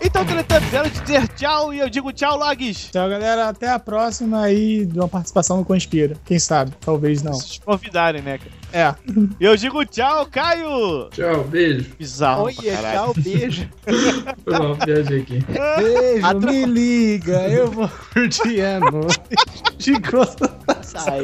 D: Então, Teletubbies, era de dizer tchau e eu digo tchau, Logs.
H: Tchau, galera. Até a próxima e de uma participação no Conspira. Quem sabe? Talvez não.
D: Se te convidarem, né, cara?
H: É.
D: E eu digo tchau, Caio.
G: Tchau, beijo.
D: Bizarro.
C: Olha,
D: pra caralho.
C: tchau, beijo.
G: Foi
D: Tá-
G: mal, viajei aqui.
F: Beijo, me liga, eu vou curtir é, a noite. De grossa.
C: Sai,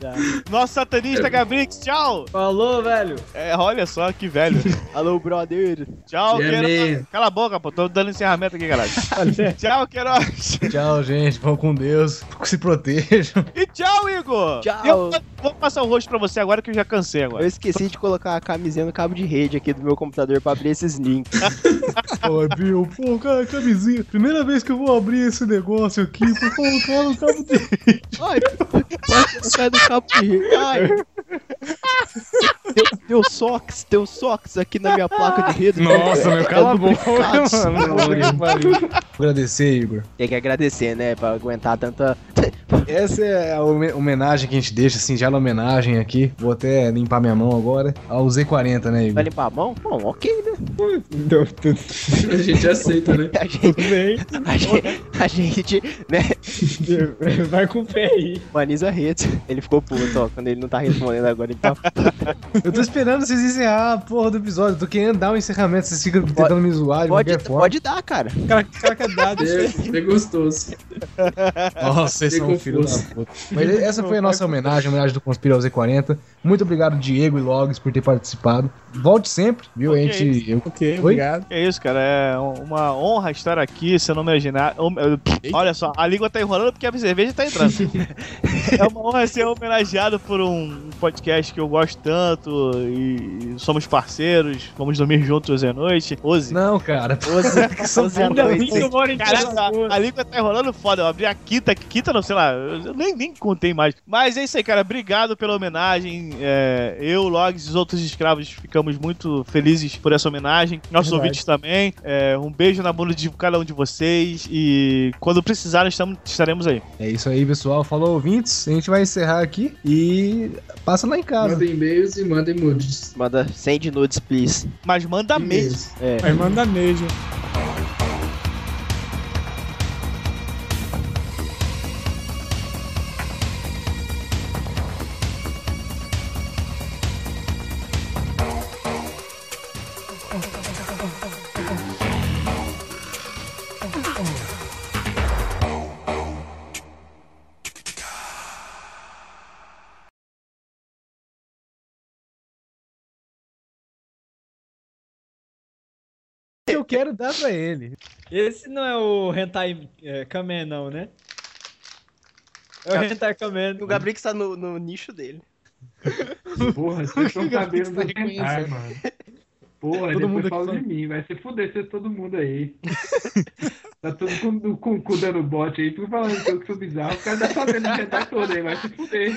C: já.
D: Nosso satanista Gabrix, tchau!
I: Falou, velho.
D: É, olha só que velho.
C: Alô, brother.
D: Tchau,
G: Yeah,
D: Queiroz.
G: man.
D: Cala a boca, pô. Tô dando encerramento aqui, galera. tchau, Queiroz.
F: Tchau, gente. Vão com Deus. Se protejam.
D: E tchau, Igor.
C: Tchau.
D: Eu vou passar o rosto pra você agora que eu já cansei
C: Eu
D: agora.
C: esqueci de colocar a camisinha no cabo de rede aqui do meu computador pra abrir esses links.
F: Ô, Bill, pô, cara, camisinha. Primeira vez que eu vou abrir esse negócio aqui, vou colocar no cabo dele.
C: Ai, pode colocar no cabo de rede. Ai. Teu, teu socks, teu socks aqui na minha placa de rede. É duplicado.
F: Agradecer, Igor.
C: Tem que agradecer, né? Pra aguentar tanta.
F: Essa é a home- homenagem que a gente deixa, assim, já na homenagem aqui. Vou até limpar minha mão agora. Ao Z40, né,
C: Vai
F: Igor?
C: limpar a mão? Bom, ok, né?
G: Então, tudo. A gente aceita, né?
C: A gente, a gente, a gente, né?
I: Vai com o pé aí.
C: Maniza Reto. Ele ficou puto, ó. Quando ele não tá respondendo agora, ele tá puto.
F: Então, Eu tô esperando vocês encerrar a porra do episódio. Eu tô querendo dar um encerramento, vocês ficam tentando me zoar de
C: Pode,
F: qualquer forma.
C: pode dar, cara.
F: Caracadado.
G: É, é gostoso.
F: Nossa, vocês
G: É
C: um
F: são filhos
G: confuso.
F: da puta. Mas essa foi a nossa homenagem, a homenagem do Conspira ao Z40. Muito obrigado, Diego e Logs, por ter participado. Volte sempre, viu? A gente. Eu...
H: Ok,
D: Que É isso, cara. É uma honra estar aqui, se eu não me imaginar. hom- eu- Olha só, a língua tá enrolando porque a cerveja tá entrando. é uma honra ser homenageado por um podcast que eu gosto tanto e somos parceiros, vamos dormir juntos hoje à noite. Oze.
F: Não, cara.
D: Oze.
F: São
D: Ainda
F: filhos da
D: bem que eu
F: puta.
D: moro em Caraca, a língua tá enrolando foda. Eu abri a quinta, quinta não, sei lá, eu nem, nem contei mais. Mas é isso aí, cara. Obrigado pela homenagem. É, eu, Logs e os outros escravos ficamos muito felizes por essa homenagem. Nossos
I: Verdade.
D: ouvintes também. É, um beijo na bunda de cada um de vocês. E quando precisarem, estamos, estaremos aí.
F: É isso aí, pessoal. Falou, ouvintes. A gente vai encerrar aqui e passa lá em casa.
G: Mandem e-mails e mandem nudes.
C: Manda send nudes, please.
D: Mas manda mesmo.
C: É.
H: Mas manda mesmo.
F: Eu quero dar pra ele.
I: Esse não é o Hentai é, Kamen, não, né? É o Hentai Kamen.
C: O Gabriel que está no, no nicho dele. tá
G: Porra, vocês são cabelos do Hentai,
C: reconhecendo.
G: mano. Porra,
C: Todo
G: todo
C: mundo
G: mundo
C: aqui
G: fala
C: só-
G: de mim, vai se fuder ser todo mundo aí. tá todo mundo com o cu dando bote aí, tu falando que eu sou bizarro, o cara tá sabendo de Hentai todo aí, vai se fuder.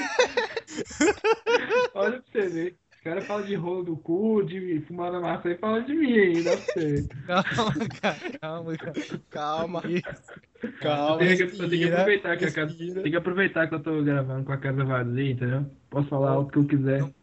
G: Olha pra você ver. O cara fala de rolo do cu, de fumar na massa aí, fala de mim aí, dá pra você.
F: Calma, cara, calma, cara.
C: Calma.
G: Calma, tem que, eu tenho que aproveitar que a casa, tem que aproveitar que eu tô gravando com a casa vazia, entendeu? Posso falar o que eu quiser.